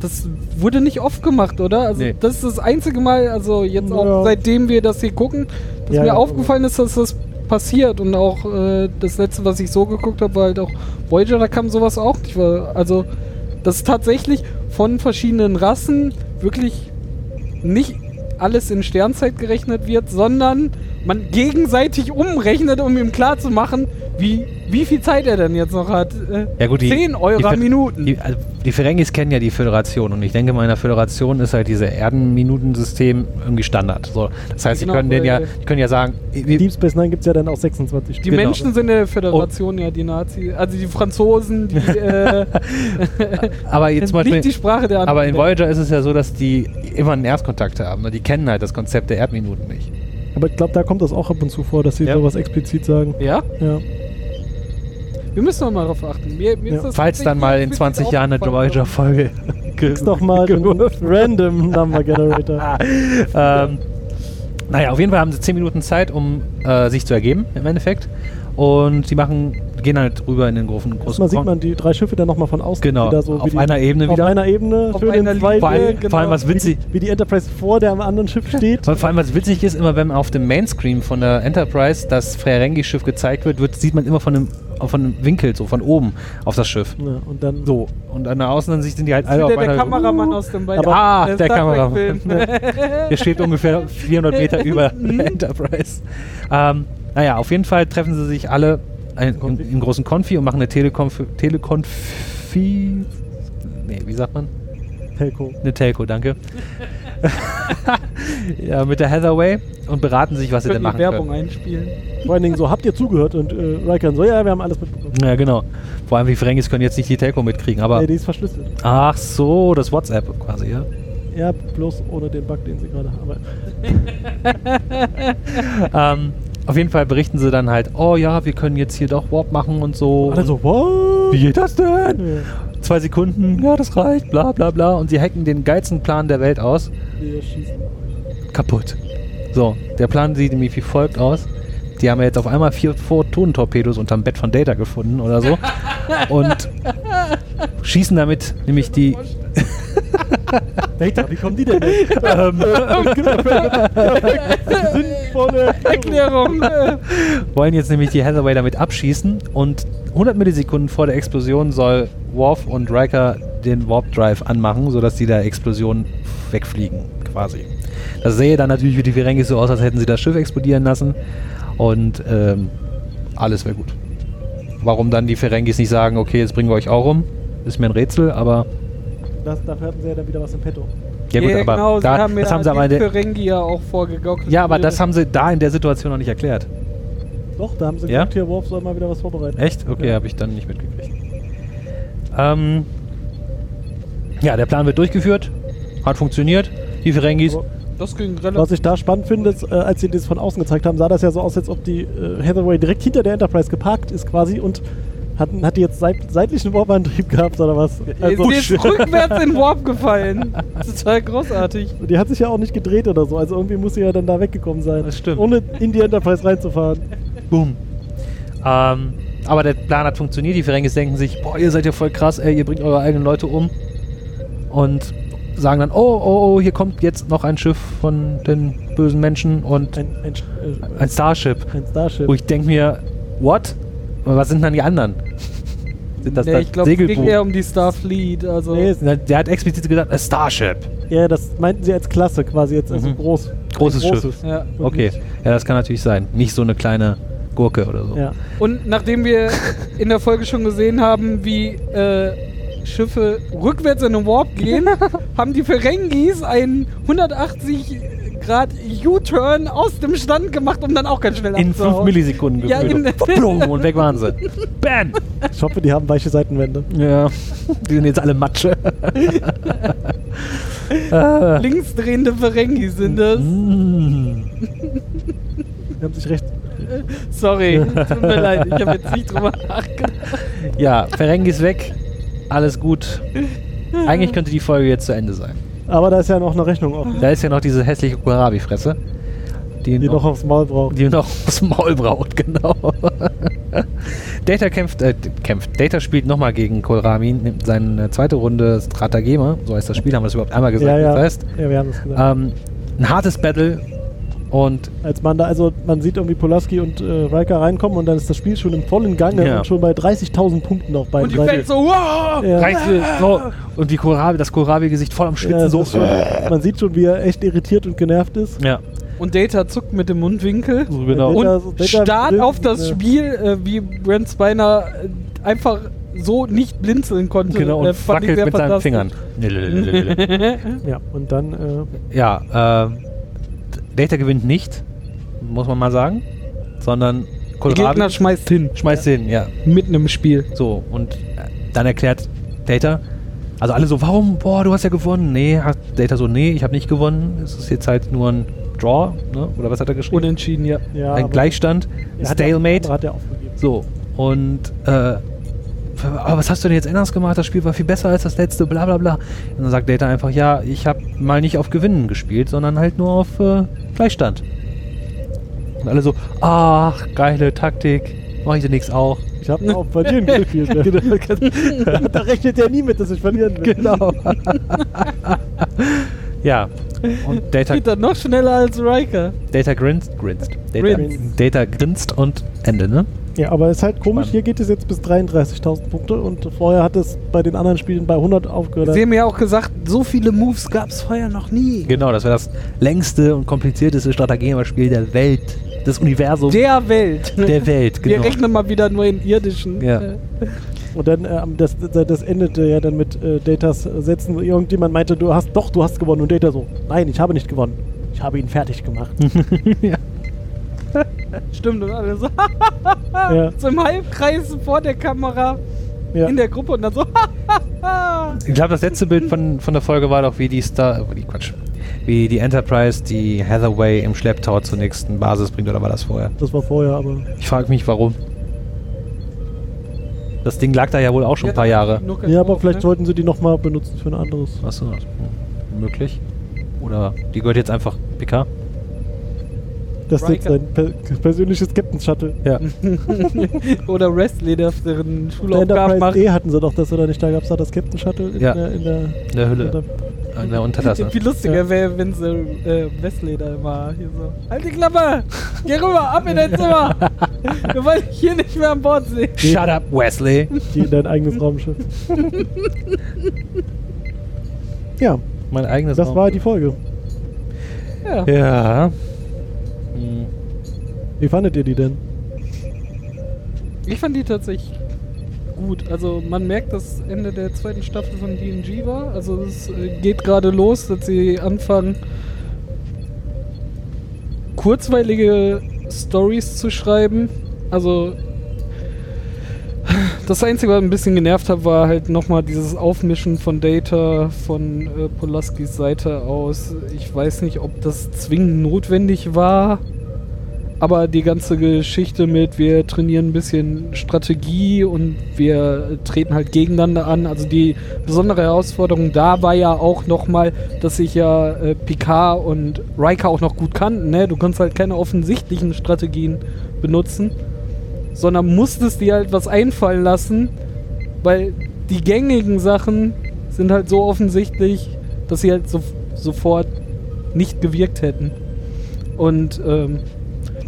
Speaker 2: das wurde nicht oft gemacht, oder? Also,
Speaker 3: Nee.
Speaker 2: das ist das einzige Mal, also jetzt auch
Speaker 1: Ja.
Speaker 2: seitdem wir das hier gucken, dass
Speaker 1: Ja,
Speaker 2: mir
Speaker 1: ja,
Speaker 2: aufgefallen ist, dass das passiert. Und auch äh, das letzte, was ich so geguckt habe, war halt auch Voyager, da kam sowas auch nicht. Weil, also, das ist tatsächlich von verschiedenen Rassen wirklich nicht alles in Sternzeit gerechnet wird, sondern man gegenseitig umrechnet, um ihm klarzumachen, wie, wie viel Zeit er denn jetzt noch hat. Äh,
Speaker 3: Ja, gut, die-
Speaker 2: 10 Euro
Speaker 3: die Ver-
Speaker 2: Minuten.
Speaker 3: Die, also die Ferengis kennen ja die Föderation und ich denke mal, in der Föderation ist halt dieses Erdenminutensystem irgendwie Standard. So, das heißt,
Speaker 2: Genau,
Speaker 3: die können den ja,
Speaker 2: weil-
Speaker 3: die können ja sagen, wir,
Speaker 1: Deep Space Nine gibt's ja dann auch 26
Speaker 2: die
Speaker 1: Stück.
Speaker 3: genau.
Speaker 2: Menschen sind in der Föderation ja die Nazis, also die Franzosen, die äh,
Speaker 3: aber jetzt mal
Speaker 2: nicht die Sprache der anderen.
Speaker 3: Aber in Voyager ist es ja so, dass die immer einen Erstkontakt haben. ne? Die kennen halt das Konzept der Erdminuten nicht.
Speaker 1: Aber ich glaube, da kommt das auch ab und zu vor, dass sie
Speaker 3: Ja.
Speaker 1: sowas explizit sagen.
Speaker 2: ja,
Speaker 1: Ja.
Speaker 2: wir müssen noch mal darauf achten. Mir, mir
Speaker 1: Ja.
Speaker 2: ist das
Speaker 3: Falls
Speaker 2: tatsächlich
Speaker 3: dann mal in
Speaker 2: wirklich
Speaker 3: 20 Jahren eine
Speaker 2: aufgefallen.
Speaker 3: Voyager-Folge
Speaker 1: Ist doch mal ein Random Number Generator.
Speaker 3: ähm, naja, auf jeden Fall haben sie 10 Minuten Zeit, um äh, sich zu ergeben, im Endeffekt. Und sie machen, gehen halt rüber in den großen, großen
Speaker 1: Erstmal sieht man die drei Schiffe dann nochmal von außen.
Speaker 3: Genau,
Speaker 1: wieder so
Speaker 3: auf
Speaker 1: wie die,
Speaker 3: einer Ebene
Speaker 1: auf
Speaker 3: wieder.
Speaker 1: Einer Ebene,
Speaker 2: Auf
Speaker 1: schön in
Speaker 2: einer
Speaker 1: zwei
Speaker 3: vor, allem,
Speaker 1: Ebenen,
Speaker 3: vor allem, was witzig,
Speaker 1: wie die Enterprise vor der am anderen Schiff steht.
Speaker 3: Vor allem, was witzig ist, immer wenn auf dem Mainscreen von der Enterprise das Ferengi-Schiff gezeigt wird, wird, sieht man immer von einem, von einem Winkel, so von oben auf das Schiff.
Speaker 1: Ja, und dann
Speaker 3: So, und an der Außenansicht sind die halt alle
Speaker 2: Wieder
Speaker 3: auf
Speaker 2: der
Speaker 3: einer...
Speaker 2: Kameramann aus dem Bein.
Speaker 1: Aber-
Speaker 3: Ah,
Speaker 2: Äh,
Speaker 3: der
Speaker 2: Star Trek
Speaker 3: Kameramann.
Speaker 2: Film.
Speaker 3: Der steht ungefähr 400 Meter über der Enterprise. Ähm, naja, auf jeden Fall treffen sie sich alle ein, im, im großen Konfi und machen eine Telekonf Telekonfi... Nee, wie sagt man?
Speaker 1: Telco.
Speaker 3: Eine Telco, danke. ja, mit der Hathaway und beraten sich, was sie denn
Speaker 2: Könnt ihr
Speaker 3: machen
Speaker 2: Werbung
Speaker 3: können.
Speaker 2: einspielen.
Speaker 1: Vor allen Dingen so, habt ihr zugehört? Und äh, Riker so, ja, wir haben alles mitbekommen.
Speaker 3: Ja, genau. Vor allem die Ferengis können jetzt nicht die Telco mitkriegen, aber...
Speaker 1: Nee, die ist verschlüsselt.
Speaker 3: Ach so, das WhatsApp quasi, ja.
Speaker 1: Ja, bloß ohne den Bug, den sie gerade haben. Aber
Speaker 3: ähm, auf jeden Fall berichten sie dann halt, oh ja, wir können jetzt hier doch Warp machen und so.
Speaker 1: alle so, what?
Speaker 3: Oh. wie geht das denn?
Speaker 1: Ja.
Speaker 3: Zwei Sekunden, ja, das reicht, bla bla bla. Und sie hacken den geilsten Plan der Welt aus.
Speaker 1: Wir schießen.
Speaker 3: Kaputt. So, der Plan sieht nämlich wie folgt aus. Die haben ja jetzt auf einmal vier Photon-Torpedos unterm Bett von Data gefunden oder so. und schießen damit nämlich die.
Speaker 1: Data, wie kommen die denn? hin?
Speaker 3: Ähm,
Speaker 1: Sinnvolle
Speaker 2: Erklärung. äh,
Speaker 3: wollen jetzt nämlich die Hathaway damit abschießen und 100 Millisekunden vor der Explosion soll Worf und Riker den Warp Drive anmachen, sodass die der Explosion wegfliegen, quasi. Das sähe dann natürlich für die Ferengis so aus, als hätten sie das Schiff explodieren lassen und ähm, alles wäre gut. Warum dann die Ferengis nicht sagen, okay, jetzt bringen wir euch auch um, ist mir ein Rätsel, aber
Speaker 1: Das, dafür hatten sie ja dann wieder was im Petto.
Speaker 3: ja gut,
Speaker 2: ja,
Speaker 3: aber
Speaker 2: genau,
Speaker 3: da,
Speaker 2: sie haben
Speaker 3: das
Speaker 2: ja
Speaker 3: haben sie aber in
Speaker 2: die
Speaker 3: der,
Speaker 2: Ferengi ja auch Äh, vorgegaukelt.
Speaker 3: ja, aber das haben sie da in der Situation noch nicht erklärt.
Speaker 1: Doch, da haben sie
Speaker 3: Ja?
Speaker 1: gesagt, hier, Worf soll mal wieder was vorbereiten.
Speaker 3: Echt? Okay,
Speaker 1: Ja.
Speaker 3: habe ich dann nicht mitgekriegt. Ähm, ja, der Plan wird durchgeführt. Hat funktioniert. Die Ferengis.
Speaker 1: Aber
Speaker 2: Das ging relativ.
Speaker 1: Was ich da spannend finde, ist, äh, als sie das von außen gezeigt haben, sah das ja so aus, als ob die äh, Hathaway direkt hinter der Enterprise geparkt ist quasi und Hat, hat die jetzt seit, seitlichen Warpantrieb gehabt oder was?
Speaker 3: halt
Speaker 2: Also, die ist rückwärts in Warp gefallen. Das ist total großartig.
Speaker 1: die hat sich ja auch nicht gedreht oder so. Also irgendwie muss sie ja dann da weggekommen sein.
Speaker 3: Das stimmt.
Speaker 1: Ohne in die Enterprise reinzufahren.
Speaker 3: Boom. Ähm, aber der Plan hat funktioniert. Die Ferengis denken sich, boah, ihr seid ja voll krass, ey, ihr bringt eure eigenen Leute um. Und sagen dann, oh, oh, oh, hier kommt jetzt noch ein Schiff von den bösen Menschen und
Speaker 1: Ein, ein, äh,
Speaker 3: ein Starship.
Speaker 1: ein Starship.
Speaker 3: Wo ich denke mir, what? Aber Was sind dann die anderen? Sind das
Speaker 2: nee,
Speaker 3: dann
Speaker 2: ich glaube, es ging
Speaker 3: Segelboot?
Speaker 2: eher um die Starfleet. Also
Speaker 1: Nee, es-
Speaker 3: Na, Der hat explizit gesagt, a Starship.
Speaker 1: ja, das meinten sie als Klasse quasi jetzt, also
Speaker 3: Mhm.
Speaker 1: groß.
Speaker 3: Großes
Speaker 1: Ein
Speaker 3: Schiff.
Speaker 2: ja.
Speaker 3: Okay, ja, das kann natürlich sein. Nicht so eine kleine Gurke oder so.
Speaker 1: Ja.
Speaker 2: Und nachdem wir in der Folge schon gesehen haben, wie äh, Schiffe rückwärts in den Warp gehen, haben die Ferengis einen 180 Grad U-Turn aus dem Stand gemacht, um dann auch ganz schnell
Speaker 3: In fünf
Speaker 2: abzuhauen.
Speaker 3: Millisekunden
Speaker 2: Ja,
Speaker 3: gefühlt.
Speaker 2: in-
Speaker 3: Blum, und weg waren sie. Bam!
Speaker 1: Ich hoffe, die haben weiche Seitenwände.
Speaker 3: Ja, die sind jetzt alle Matsche. Äh,
Speaker 2: Links drehende Ferengis sind das.
Speaker 3: Mhm. mm.
Speaker 1: Die haben sich recht.
Speaker 2: Sorry, tut mir leid, ich habe jetzt nicht drüber nachgedacht.
Speaker 3: ja, Ferengi ist weg. Alles gut. Eigentlich könnte die Folge jetzt zu Ende sein.
Speaker 1: Aber da ist ja noch eine Rechnung offen,
Speaker 3: Da ist ja noch diese hässliche Kohlrabi-Fresse. Die,
Speaker 1: die noch
Speaker 3: noch,
Speaker 1: aufs Maul braucht.
Speaker 3: die noch aus dem Maul braut, genau. Data kämpft, äh, kämpft. Data spielt nochmal gegen Kohlrabi, nimmt seine zweite Runde Stratagema, so heißt das Spiel, haben wir das überhaupt einmal gesagt,
Speaker 1: ja,
Speaker 3: wie
Speaker 1: ja.
Speaker 3: das heißt.
Speaker 1: ja, wir haben es gesagt.
Speaker 3: Ähm, ein hartes Battle und
Speaker 1: Als man da, also man sieht irgendwie Pulaski und äh, Riker reinkommen und dann ist das Spiel schon im vollen Gange
Speaker 3: Ja.
Speaker 1: und schon bei 30.000 Punkten auch bei
Speaker 2: Und die Fans so, wow!
Speaker 1: Ja.
Speaker 3: Reichte, so, und die Kohlrabi, das Kohlrabi-Gesicht voll am Schwitzen,
Speaker 1: Ja, das
Speaker 3: so.
Speaker 1: ist schon, man sieht schon, wie er echt irritiert und genervt ist.
Speaker 3: Ja,
Speaker 2: Und Data zuckt mit dem Mundwinkel.
Speaker 3: so genau.
Speaker 1: Data-
Speaker 2: und
Speaker 1: Data
Speaker 2: starrt
Speaker 1: blinkt,
Speaker 2: auf das
Speaker 1: ja.
Speaker 2: Spiel, äh, wie Brent Spiner äh, einfach so nicht blinzeln konnte.
Speaker 3: genau,
Speaker 2: Äh,
Speaker 3: und
Speaker 2: fand ich
Speaker 3: wackelt
Speaker 2: sehr
Speaker 3: mit seinen
Speaker 2: fantastisch.
Speaker 3: Fingern. Lelelelelele.
Speaker 1: Ja, und dann äh,
Speaker 3: ja, ähm, Data gewinnt nicht, muss man mal sagen, sondern
Speaker 2: Der
Speaker 3: Kohlrabi
Speaker 2: Gegner schmeißt hin,
Speaker 3: schmeißt den, ja,
Speaker 2: mitten im Spiel.
Speaker 3: so. Und äh, dann erklärt Data, also alle so, warum, boah, du hast ja gewonnen. Nee, hat Data so, nee, ich habe nicht gewonnen. Es ist jetzt halt nur ein Draw, ne? oder was hat er geschrieben?
Speaker 2: Unentschieden, ja.
Speaker 1: ja,
Speaker 3: ein
Speaker 1: aber-
Speaker 3: Gleichstand,
Speaker 1: Ja, hat er-
Speaker 3: Stalemate.
Speaker 1: Hat er aufgegeben.
Speaker 3: So, und äh, aber was hast du denn jetzt anders gemacht? Das Spiel war viel besser als das letzte, bla bla bla. Und dann sagt Data einfach, ja, ich habe mal nicht auf Gewinnen gespielt, sondern halt nur auf äh, Gleichstand. Und alle so, ach, geile Taktik, mache ich demnächst auch.
Speaker 1: Ich habe nur auf Verlieren gespielt. ne? genau. da rechnet ja nie mit, dass ich verlieren will.
Speaker 3: Genau. ja, und Data,
Speaker 2: Geht dann noch schneller als Riker.
Speaker 3: Data grinst, grinst. Data,
Speaker 1: Grinst.
Speaker 3: Data grinst und Ende, ne?
Speaker 1: Ja, aber ist halt komisch.
Speaker 3: Spannend.
Speaker 1: Hier geht es jetzt bis 33.000 Punkte und vorher hat es bei den anderen Spielen bei 100 aufgehört.
Speaker 2: Sie haben ja auch gesagt, so viele Moves gab es vorher noch nie.
Speaker 3: Genau, das wäre das längste und komplizierteste Strategiespiel der Welt, des Universums.
Speaker 2: Der Welt.
Speaker 3: der Welt,
Speaker 2: Wir
Speaker 3: genau.
Speaker 2: rechnen mal wieder nur in irdischen.
Speaker 3: Ja.
Speaker 2: Äh,
Speaker 1: Und dann, äh, am- das, das das endete ja dann mit äh, Datas Sätzen. wo Irgendjemand meinte, du hast, doch, du hast gewonnen. Und Data so, nein, ich habe nicht gewonnen. Ich habe ihn fertig gemacht.
Speaker 2: Hm. Stimmt, und alle so,
Speaker 1: ja,
Speaker 2: so im Halbkreis vor der Kamera
Speaker 1: ja.
Speaker 2: in der Gruppe und dann so,
Speaker 3: Ich glaube, das letzte Bild von, von der Folge war doch, wie die Star. Oh, die Quatsch. Wie die Enterprise die Hathaway im Schlepptau zur nächsten Basis bringt, oder war das vorher?
Speaker 1: das war vorher, aber
Speaker 3: Ich frage mich, warum. Das Ding lag da ja wohl auch schon ein paar Jahre.
Speaker 1: Ja, aber
Speaker 2: ne?
Speaker 1: vielleicht sollten sie die nochmal benutzen für ein anderes.
Speaker 3: Achso, möglich. Oder die gehört jetzt einfach PK?
Speaker 1: Das ist jetzt
Speaker 2: Riker.
Speaker 1: sein per persönliches Captain Shuttle.
Speaker 3: Ja.
Speaker 2: Oder Wrestler, der auf deren
Speaker 1: Der
Speaker 2: Schulaufgaben
Speaker 1: Enterprise
Speaker 2: macht.
Speaker 1: E hatten sie doch das, oder nicht? Da gab es da das Captain Shuttle in
Speaker 3: Ja.
Speaker 1: der. In der,
Speaker 3: In der Hülle.
Speaker 1: Enter-
Speaker 3: In der Untertasse.
Speaker 2: Viel lustiger
Speaker 1: Ja.
Speaker 2: wäre, wenn sie äh, Wesley da immer hier so. Halt die Klappe! Geh rüber, ab in dein Zimmer! Wir wollen dich hier nicht mehr an Bord sehen.
Speaker 3: Shut up, Wesley!
Speaker 1: die in dein eigenes Raumschiff. ja,
Speaker 3: Mein eigenes
Speaker 1: das, war die Folge.
Speaker 2: Ja.
Speaker 3: Ja. Hm.
Speaker 1: Wie fandet ihr die denn?
Speaker 2: Ich fand die tatsächlich gut. Also man merkt, dass Ende der zweiten Staffel von DNG war. Also es äh, geht gerade los, dass sie anfangen kurzweilige Stories zu schreiben. Also das Einzige, was ein bisschen genervt hat, war halt nochmal dieses Aufmischen von Data von äh, Polaskis Seite aus. Ich weiß nicht, ob das zwingend notwendig war, Aber die ganze Geschichte mit, wir trainieren ein bisschen Strategie und wir treten halt gegeneinander an. Also die besondere Herausforderung da war ja auch nochmal, dass sich ja äh, Picard und Riker auch noch gut kannten. Ne? Du konntest halt keine offensichtlichen Strategien benutzen, sondern musstest dir halt was einfallen lassen, weil die gängigen Sachen sind halt so offensichtlich, dass sie halt so, sofort nicht gewirkt hätten. Und ähm,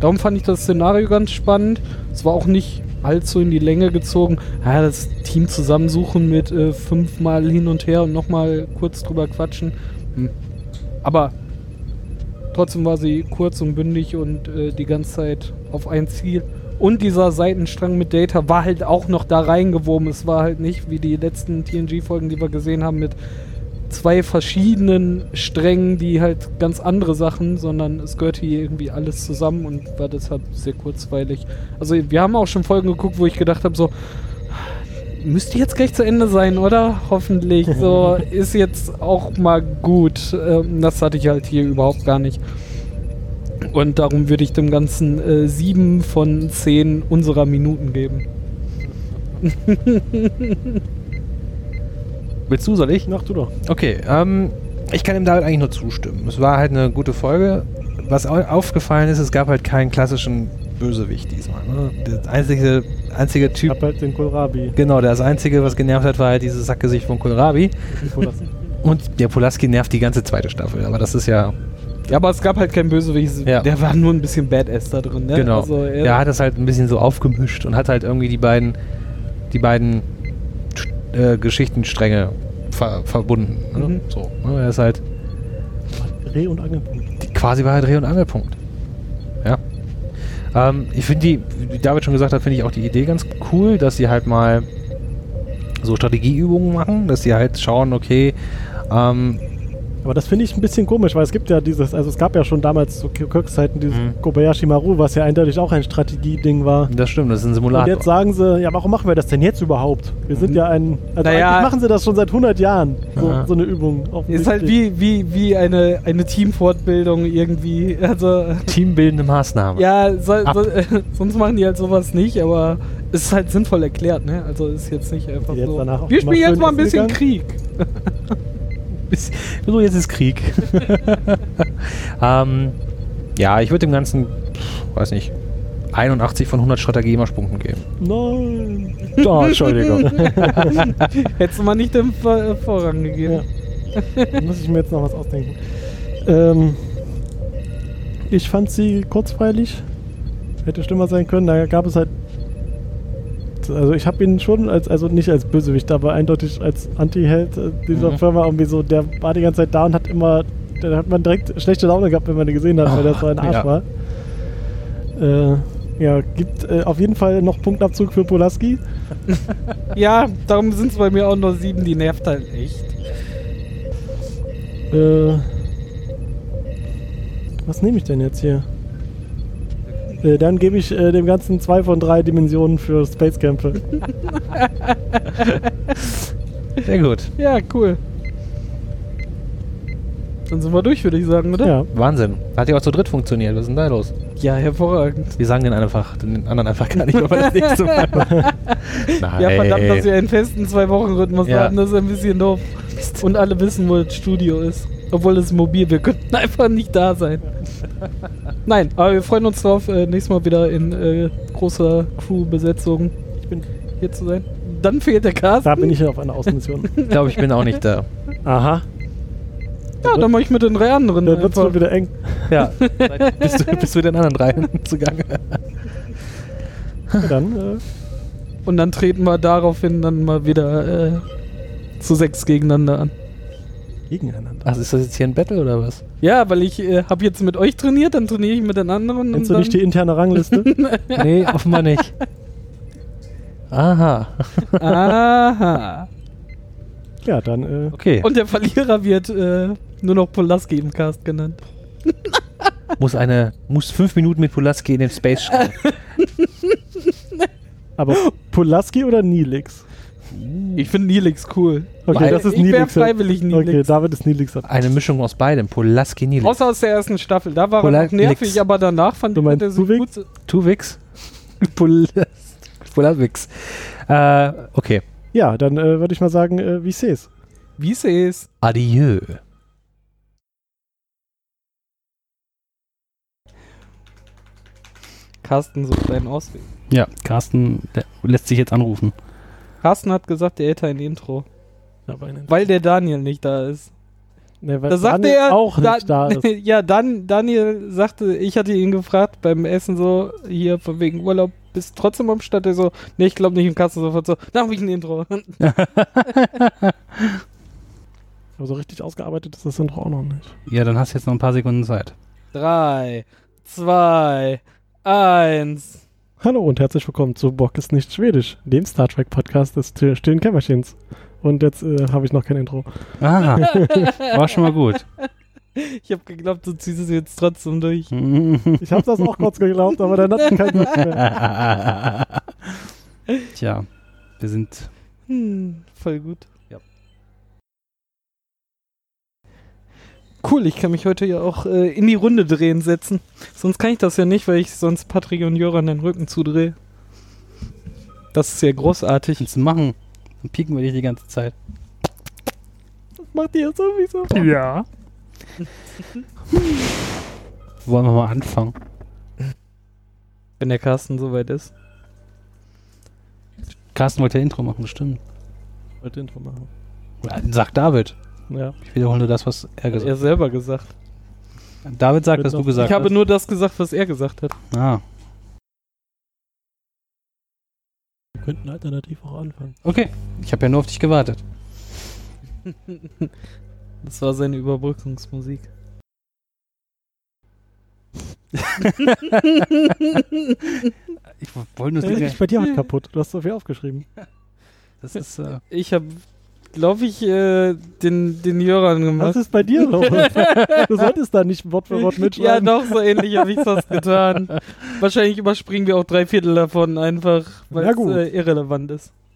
Speaker 2: darum fand ich das Szenario ganz spannend. Es war auch nicht allzu in die Länge gezogen. Ja, das Team zusammensuchen mit äh, fünfmal hin und her und nochmal kurz drüber quatschen. Hm. Aber trotzdem war sie kurz und bündig und äh, die ganze Zeit auf ein Ziel. Und dieser Seitenstrang mit Data war halt auch noch da reingewoben. Es war halt nicht wie die letzten TNG-Folgen, die wir gesehen haben, mit zwei verschiedenen Strängen, die halt ganz andere Sachen, sondern es gehört hier irgendwie alles zusammen und war deshalb sehr kurzweilig. Also wir haben auch schon Folgen geguckt, wo ich gedacht habe, so müsste jetzt gleich zu Ende sein, oder? Hoffentlich. So ist jetzt auch mal gut. Ähm, das hatte ich halt hier überhaupt gar nicht. Und darum würde ich dem Ganzen äh, sieben von zehn unserer Minuten geben.
Speaker 3: Willst du, soll ich?
Speaker 1: Mach du doch.
Speaker 3: Okay, ähm, ich kann ihm damit eigentlich nur zustimmen. Es war halt eine gute Folge. Was au- aufgefallen ist, es gab halt keinen klassischen Bösewicht diesmal. Ne? Der einzige, einzige
Speaker 1: Ich
Speaker 3: Typ,
Speaker 1: hab halt den Kohlrabi
Speaker 3: genau, das einzige, was genervt hat, war halt dieses Sackgesicht von Kohlrabi.
Speaker 1: gelassen.
Speaker 3: Und der Pulaski nervt die ganze zweite Staffel, aber das ist ja.
Speaker 2: Ja, aber es gab halt kein Bösewicht.
Speaker 3: Ja.
Speaker 2: Der war nur ein bisschen Badass da drin, ne?
Speaker 3: Genau.
Speaker 2: Also, er-
Speaker 3: Der hat das halt ein bisschen so aufgemischt und hat halt irgendwie die beiden, die beiden äh, Geschichtenstränge ver verbunden. Ne?
Speaker 2: Mhm.
Speaker 3: So. Ne? Er ist halt
Speaker 1: Dreh- und Angelpunkt.
Speaker 3: die quasi war halt Dreh- und Angelpunkt. Ja. Ähm, ich finde die, wie David schon gesagt hat, finde ich auch die Idee ganz cool, dass sie halt mal so Strategieübungen machen, dass sie halt schauen, okay, ähm,
Speaker 1: Aber das finde ich ein bisschen komisch, weil es gibt ja dieses, also es gab ja schon damals zu Kirk-Zeiten dieses
Speaker 3: Mhm.
Speaker 1: Kobayashi Maru, was ja eindeutig auch ein Strategieding war.
Speaker 3: das stimmt, das ist ein
Speaker 1: Und
Speaker 3: Simulator.
Speaker 1: jetzt sagen sie, ja, warum machen wir das denn jetzt überhaupt? Wir sind ja ein. Also
Speaker 2: Naja.
Speaker 1: eigentlich machen sie das schon seit 100 Jahren, so,
Speaker 3: Aha.
Speaker 1: so eine Übung.
Speaker 2: Ist
Speaker 1: offensichtlich.
Speaker 2: halt wie, wie, wie eine, eine Teamfortbildung irgendwie. Also,
Speaker 3: Teambildende Maßnahme.
Speaker 2: ja, so,
Speaker 3: Ab.
Speaker 2: so, sonst machen die halt sowas nicht, aber es ist halt sinnvoll erklärt, ne? Also ist jetzt nicht einfach
Speaker 1: Die jetzt
Speaker 2: so.
Speaker 1: danach auch
Speaker 2: Wir
Speaker 1: immer
Speaker 2: spielen jetzt
Speaker 1: schön
Speaker 2: mal ein
Speaker 1: essen
Speaker 2: bisschen
Speaker 1: gegangen?
Speaker 2: Krieg.
Speaker 3: Bis- So, jetzt ist Krieg. ähm, ja, ich würde dem Ganzen, pff, weiß nicht, 81 von 100 Strategie-Marschpunkten geben.
Speaker 1: Nein.
Speaker 3: Oh, Entschuldigung.
Speaker 2: Hättest du mal nicht den Vor- äh, Vorrang gegeben.
Speaker 1: Ja. Muss ich mir jetzt noch was ausdenken. Ähm, ich fand sie kurzweilig. Hätte schlimmer sein können. Da gab es halt. Also ich habe ihn schon als, also nicht als Bösewicht, aber eindeutig als Anti-Held äh, dieser
Speaker 3: Mhm.
Speaker 1: Firma irgendwie so, der war die ganze Zeit da und hat immer, da hat man direkt schlechte Laune gehabt, wenn man ihn gesehen hat, weil das so ein Arsch
Speaker 3: Ja.
Speaker 1: war. Äh, ja, gibt äh, auf jeden Fall noch Punktabzug für Polaski.
Speaker 2: Ja, darum sind es bei mir auch nur sieben, die nervt halt echt.
Speaker 1: Äh, was nehme ich denn jetzt hier? Äh, dann gebe ich äh, dem Ganzen zwei von drei Dimensionen für Space Kämpfe.
Speaker 3: Sehr gut.
Speaker 2: Ja, cool. Dann sind wir durch, würde ich sagen, oder?
Speaker 1: ja.
Speaker 3: Wahnsinn. Hat ja auch zu dritt funktioniert. Was ist denn da los?
Speaker 2: ja hervorragend.
Speaker 3: Wir sagen den einfach, den anderen einfach gar nicht, weil wir das nächste Mal machen. Nein.
Speaker 2: Ja, verdammt, dass wir einen festen Zwei-Wochen-Rhythmus
Speaker 3: Ja.
Speaker 2: haben, das ist ein bisschen doof. Und alle wissen, wo das Studio ist. Obwohl es mobil, wir könnten einfach nicht da sein. Nein, aber wir freuen uns drauf, äh, nächstes Mal wieder in äh, großer Crew-Besetzung
Speaker 1: Ich bin,
Speaker 2: hier zu sein. Dann fehlt der Cast.
Speaker 1: da bin ich ja auf einer Außenmission.
Speaker 3: Ich glaube, ich bin auch nicht da.
Speaker 1: Aha.
Speaker 2: Ja, dann mach ich mit den drei anderen.
Speaker 1: Dann wird es
Speaker 2: einfach.
Speaker 1: schon wieder eng.
Speaker 3: Ja. bist, du, bist du den anderen dreien zugange?
Speaker 1: Ja, dann äh,
Speaker 2: Und dann treten wir daraufhin dann mal wieder äh, zu sechs gegeneinander an.
Speaker 1: gegeneinander.
Speaker 3: Ach, Also ist das jetzt hier ein Battle oder was?
Speaker 2: Ja, weil ich äh, habe jetzt mit euch trainiert, dann trainiere ich mit den anderen.
Speaker 1: Kennst
Speaker 2: und
Speaker 1: du
Speaker 2: dann
Speaker 1: nicht die interne Rangliste?
Speaker 3: Nee, offenbar nicht. Aha.
Speaker 2: Aha.
Speaker 1: ja, dann äh,
Speaker 3: Okay.
Speaker 2: Und der Verlierer wird äh, nur noch Polaski im Cast genannt.
Speaker 3: muss eine, muss fünf Minuten mit Pulaski in den Space schreiben.
Speaker 1: Aber Pulaski oder Nilix?
Speaker 2: Ich finde Nilix cool.
Speaker 1: Okay, das ist
Speaker 2: ich wär
Speaker 1: Nilix.
Speaker 2: freiwillig Nilix.
Speaker 1: Okay, David ist Nilix.
Speaker 3: Eine Mischung aus beidem. Polaski Nilix.
Speaker 2: Außer aus der ersten Staffel. Da war er
Speaker 3: Polar-
Speaker 2: noch nervig,
Speaker 3: Nix.
Speaker 2: aber danach fand
Speaker 1: Du
Speaker 2: ich
Speaker 1: meinst
Speaker 2: hat er sich
Speaker 1: Tuvix?
Speaker 2: gut-
Speaker 3: Tuvix. Pol- Polawix. Äh, okay.
Speaker 1: Ja, dann äh, würde ich mal sagen, äh, wie ich sehe es.
Speaker 2: Wie es ist.
Speaker 3: Adieu.
Speaker 2: Carsten sucht einen Ausweg.
Speaker 5: Ja, Carsten der lässt sich jetzt anrufen.
Speaker 2: Carsten hat gesagt, er hätte ein Intro, weil der Daniel nicht da ist.
Speaker 1: Ne, weil
Speaker 2: Da sagte
Speaker 1: Daniel
Speaker 2: er
Speaker 1: auch
Speaker 2: da-
Speaker 1: nicht da ist.
Speaker 2: ja, dann Daniel sagte, ich hatte ihn gefragt beim Essen so, hier von wegen Urlaub, bist trotzdem am Start? Er so, nee, ich glaube nicht im Carsten sofort so, nach wie ein Intro.
Speaker 1: Aber so Also richtig ausgearbeitet ist das Intro auch noch nicht.
Speaker 5: Ja, dann hast du jetzt noch ein paar Sekunden Zeit.
Speaker 2: Drei, zwei, eins.
Speaker 1: Hallo und herzlich willkommen zu Bock ist nicht schwedisch, dem Star Trek Podcast des Till- stillen Kämmerchens. Und jetzt äh, habe ich noch kein Intro.
Speaker 5: Ah, war schon mal gut.
Speaker 2: Ich habe geglaubt, du ziehst es jetzt trotzdem durch.
Speaker 1: Ich habe das auch kurz geglaubt, aber dann hat kein Bock mehr.
Speaker 5: Tja, wir sind
Speaker 2: Hm, voll gut.
Speaker 5: Ja.
Speaker 2: Cool, ich kann mich heute ja auch äh, in die Runde drehen setzen. Sonst kann ich das ja nicht, weil ich sonst Patrick und Joran den Rücken zudrehe. Das ist ja großartig.
Speaker 5: ins Machen. Dann pieken wir dich die ganze Zeit.
Speaker 1: Das macht ihr sowieso.
Speaker 5: Ja. Wollen wir mal anfangen?
Speaker 2: Wenn der Carsten soweit ist.
Speaker 5: Carsten wollte ja Intro machen, stimmt.
Speaker 1: Wollte Intro machen.
Speaker 5: Sagt David.
Speaker 1: Ja.
Speaker 5: Ich wiederhole nur das, was er
Speaker 2: Hat
Speaker 5: gesagt
Speaker 2: er selber gesagt.
Speaker 5: hat. David sagt, dass du gesagt
Speaker 2: Ich habe
Speaker 5: hast.
Speaker 2: nur das gesagt, was er gesagt hat.
Speaker 5: Ah,
Speaker 1: Wir könnten alternativ auch anfangen.
Speaker 5: okay. Ich habe ja nur auf dich gewartet.
Speaker 2: Das war seine Überbrückungsmusik.
Speaker 5: Ich wollte nur
Speaker 1: Äh, bei dir was kaputt. Du hast so viel aufgeschrieben.
Speaker 5: Das ist. Äh,
Speaker 2: Ich habe, glaube ich, äh, den, den Joran
Speaker 1: Was
Speaker 2: gemacht.
Speaker 1: ist bei dir los? du solltest da nicht Wort für Wort
Speaker 2: Ja,
Speaker 1: mitschreiben.
Speaker 2: doch, so ähnlich habe ich das getan. Wahrscheinlich überspringen wir auch drei Viertel davon einfach, weil
Speaker 1: Na
Speaker 2: es
Speaker 1: gut.
Speaker 2: äh, irrelevant ist.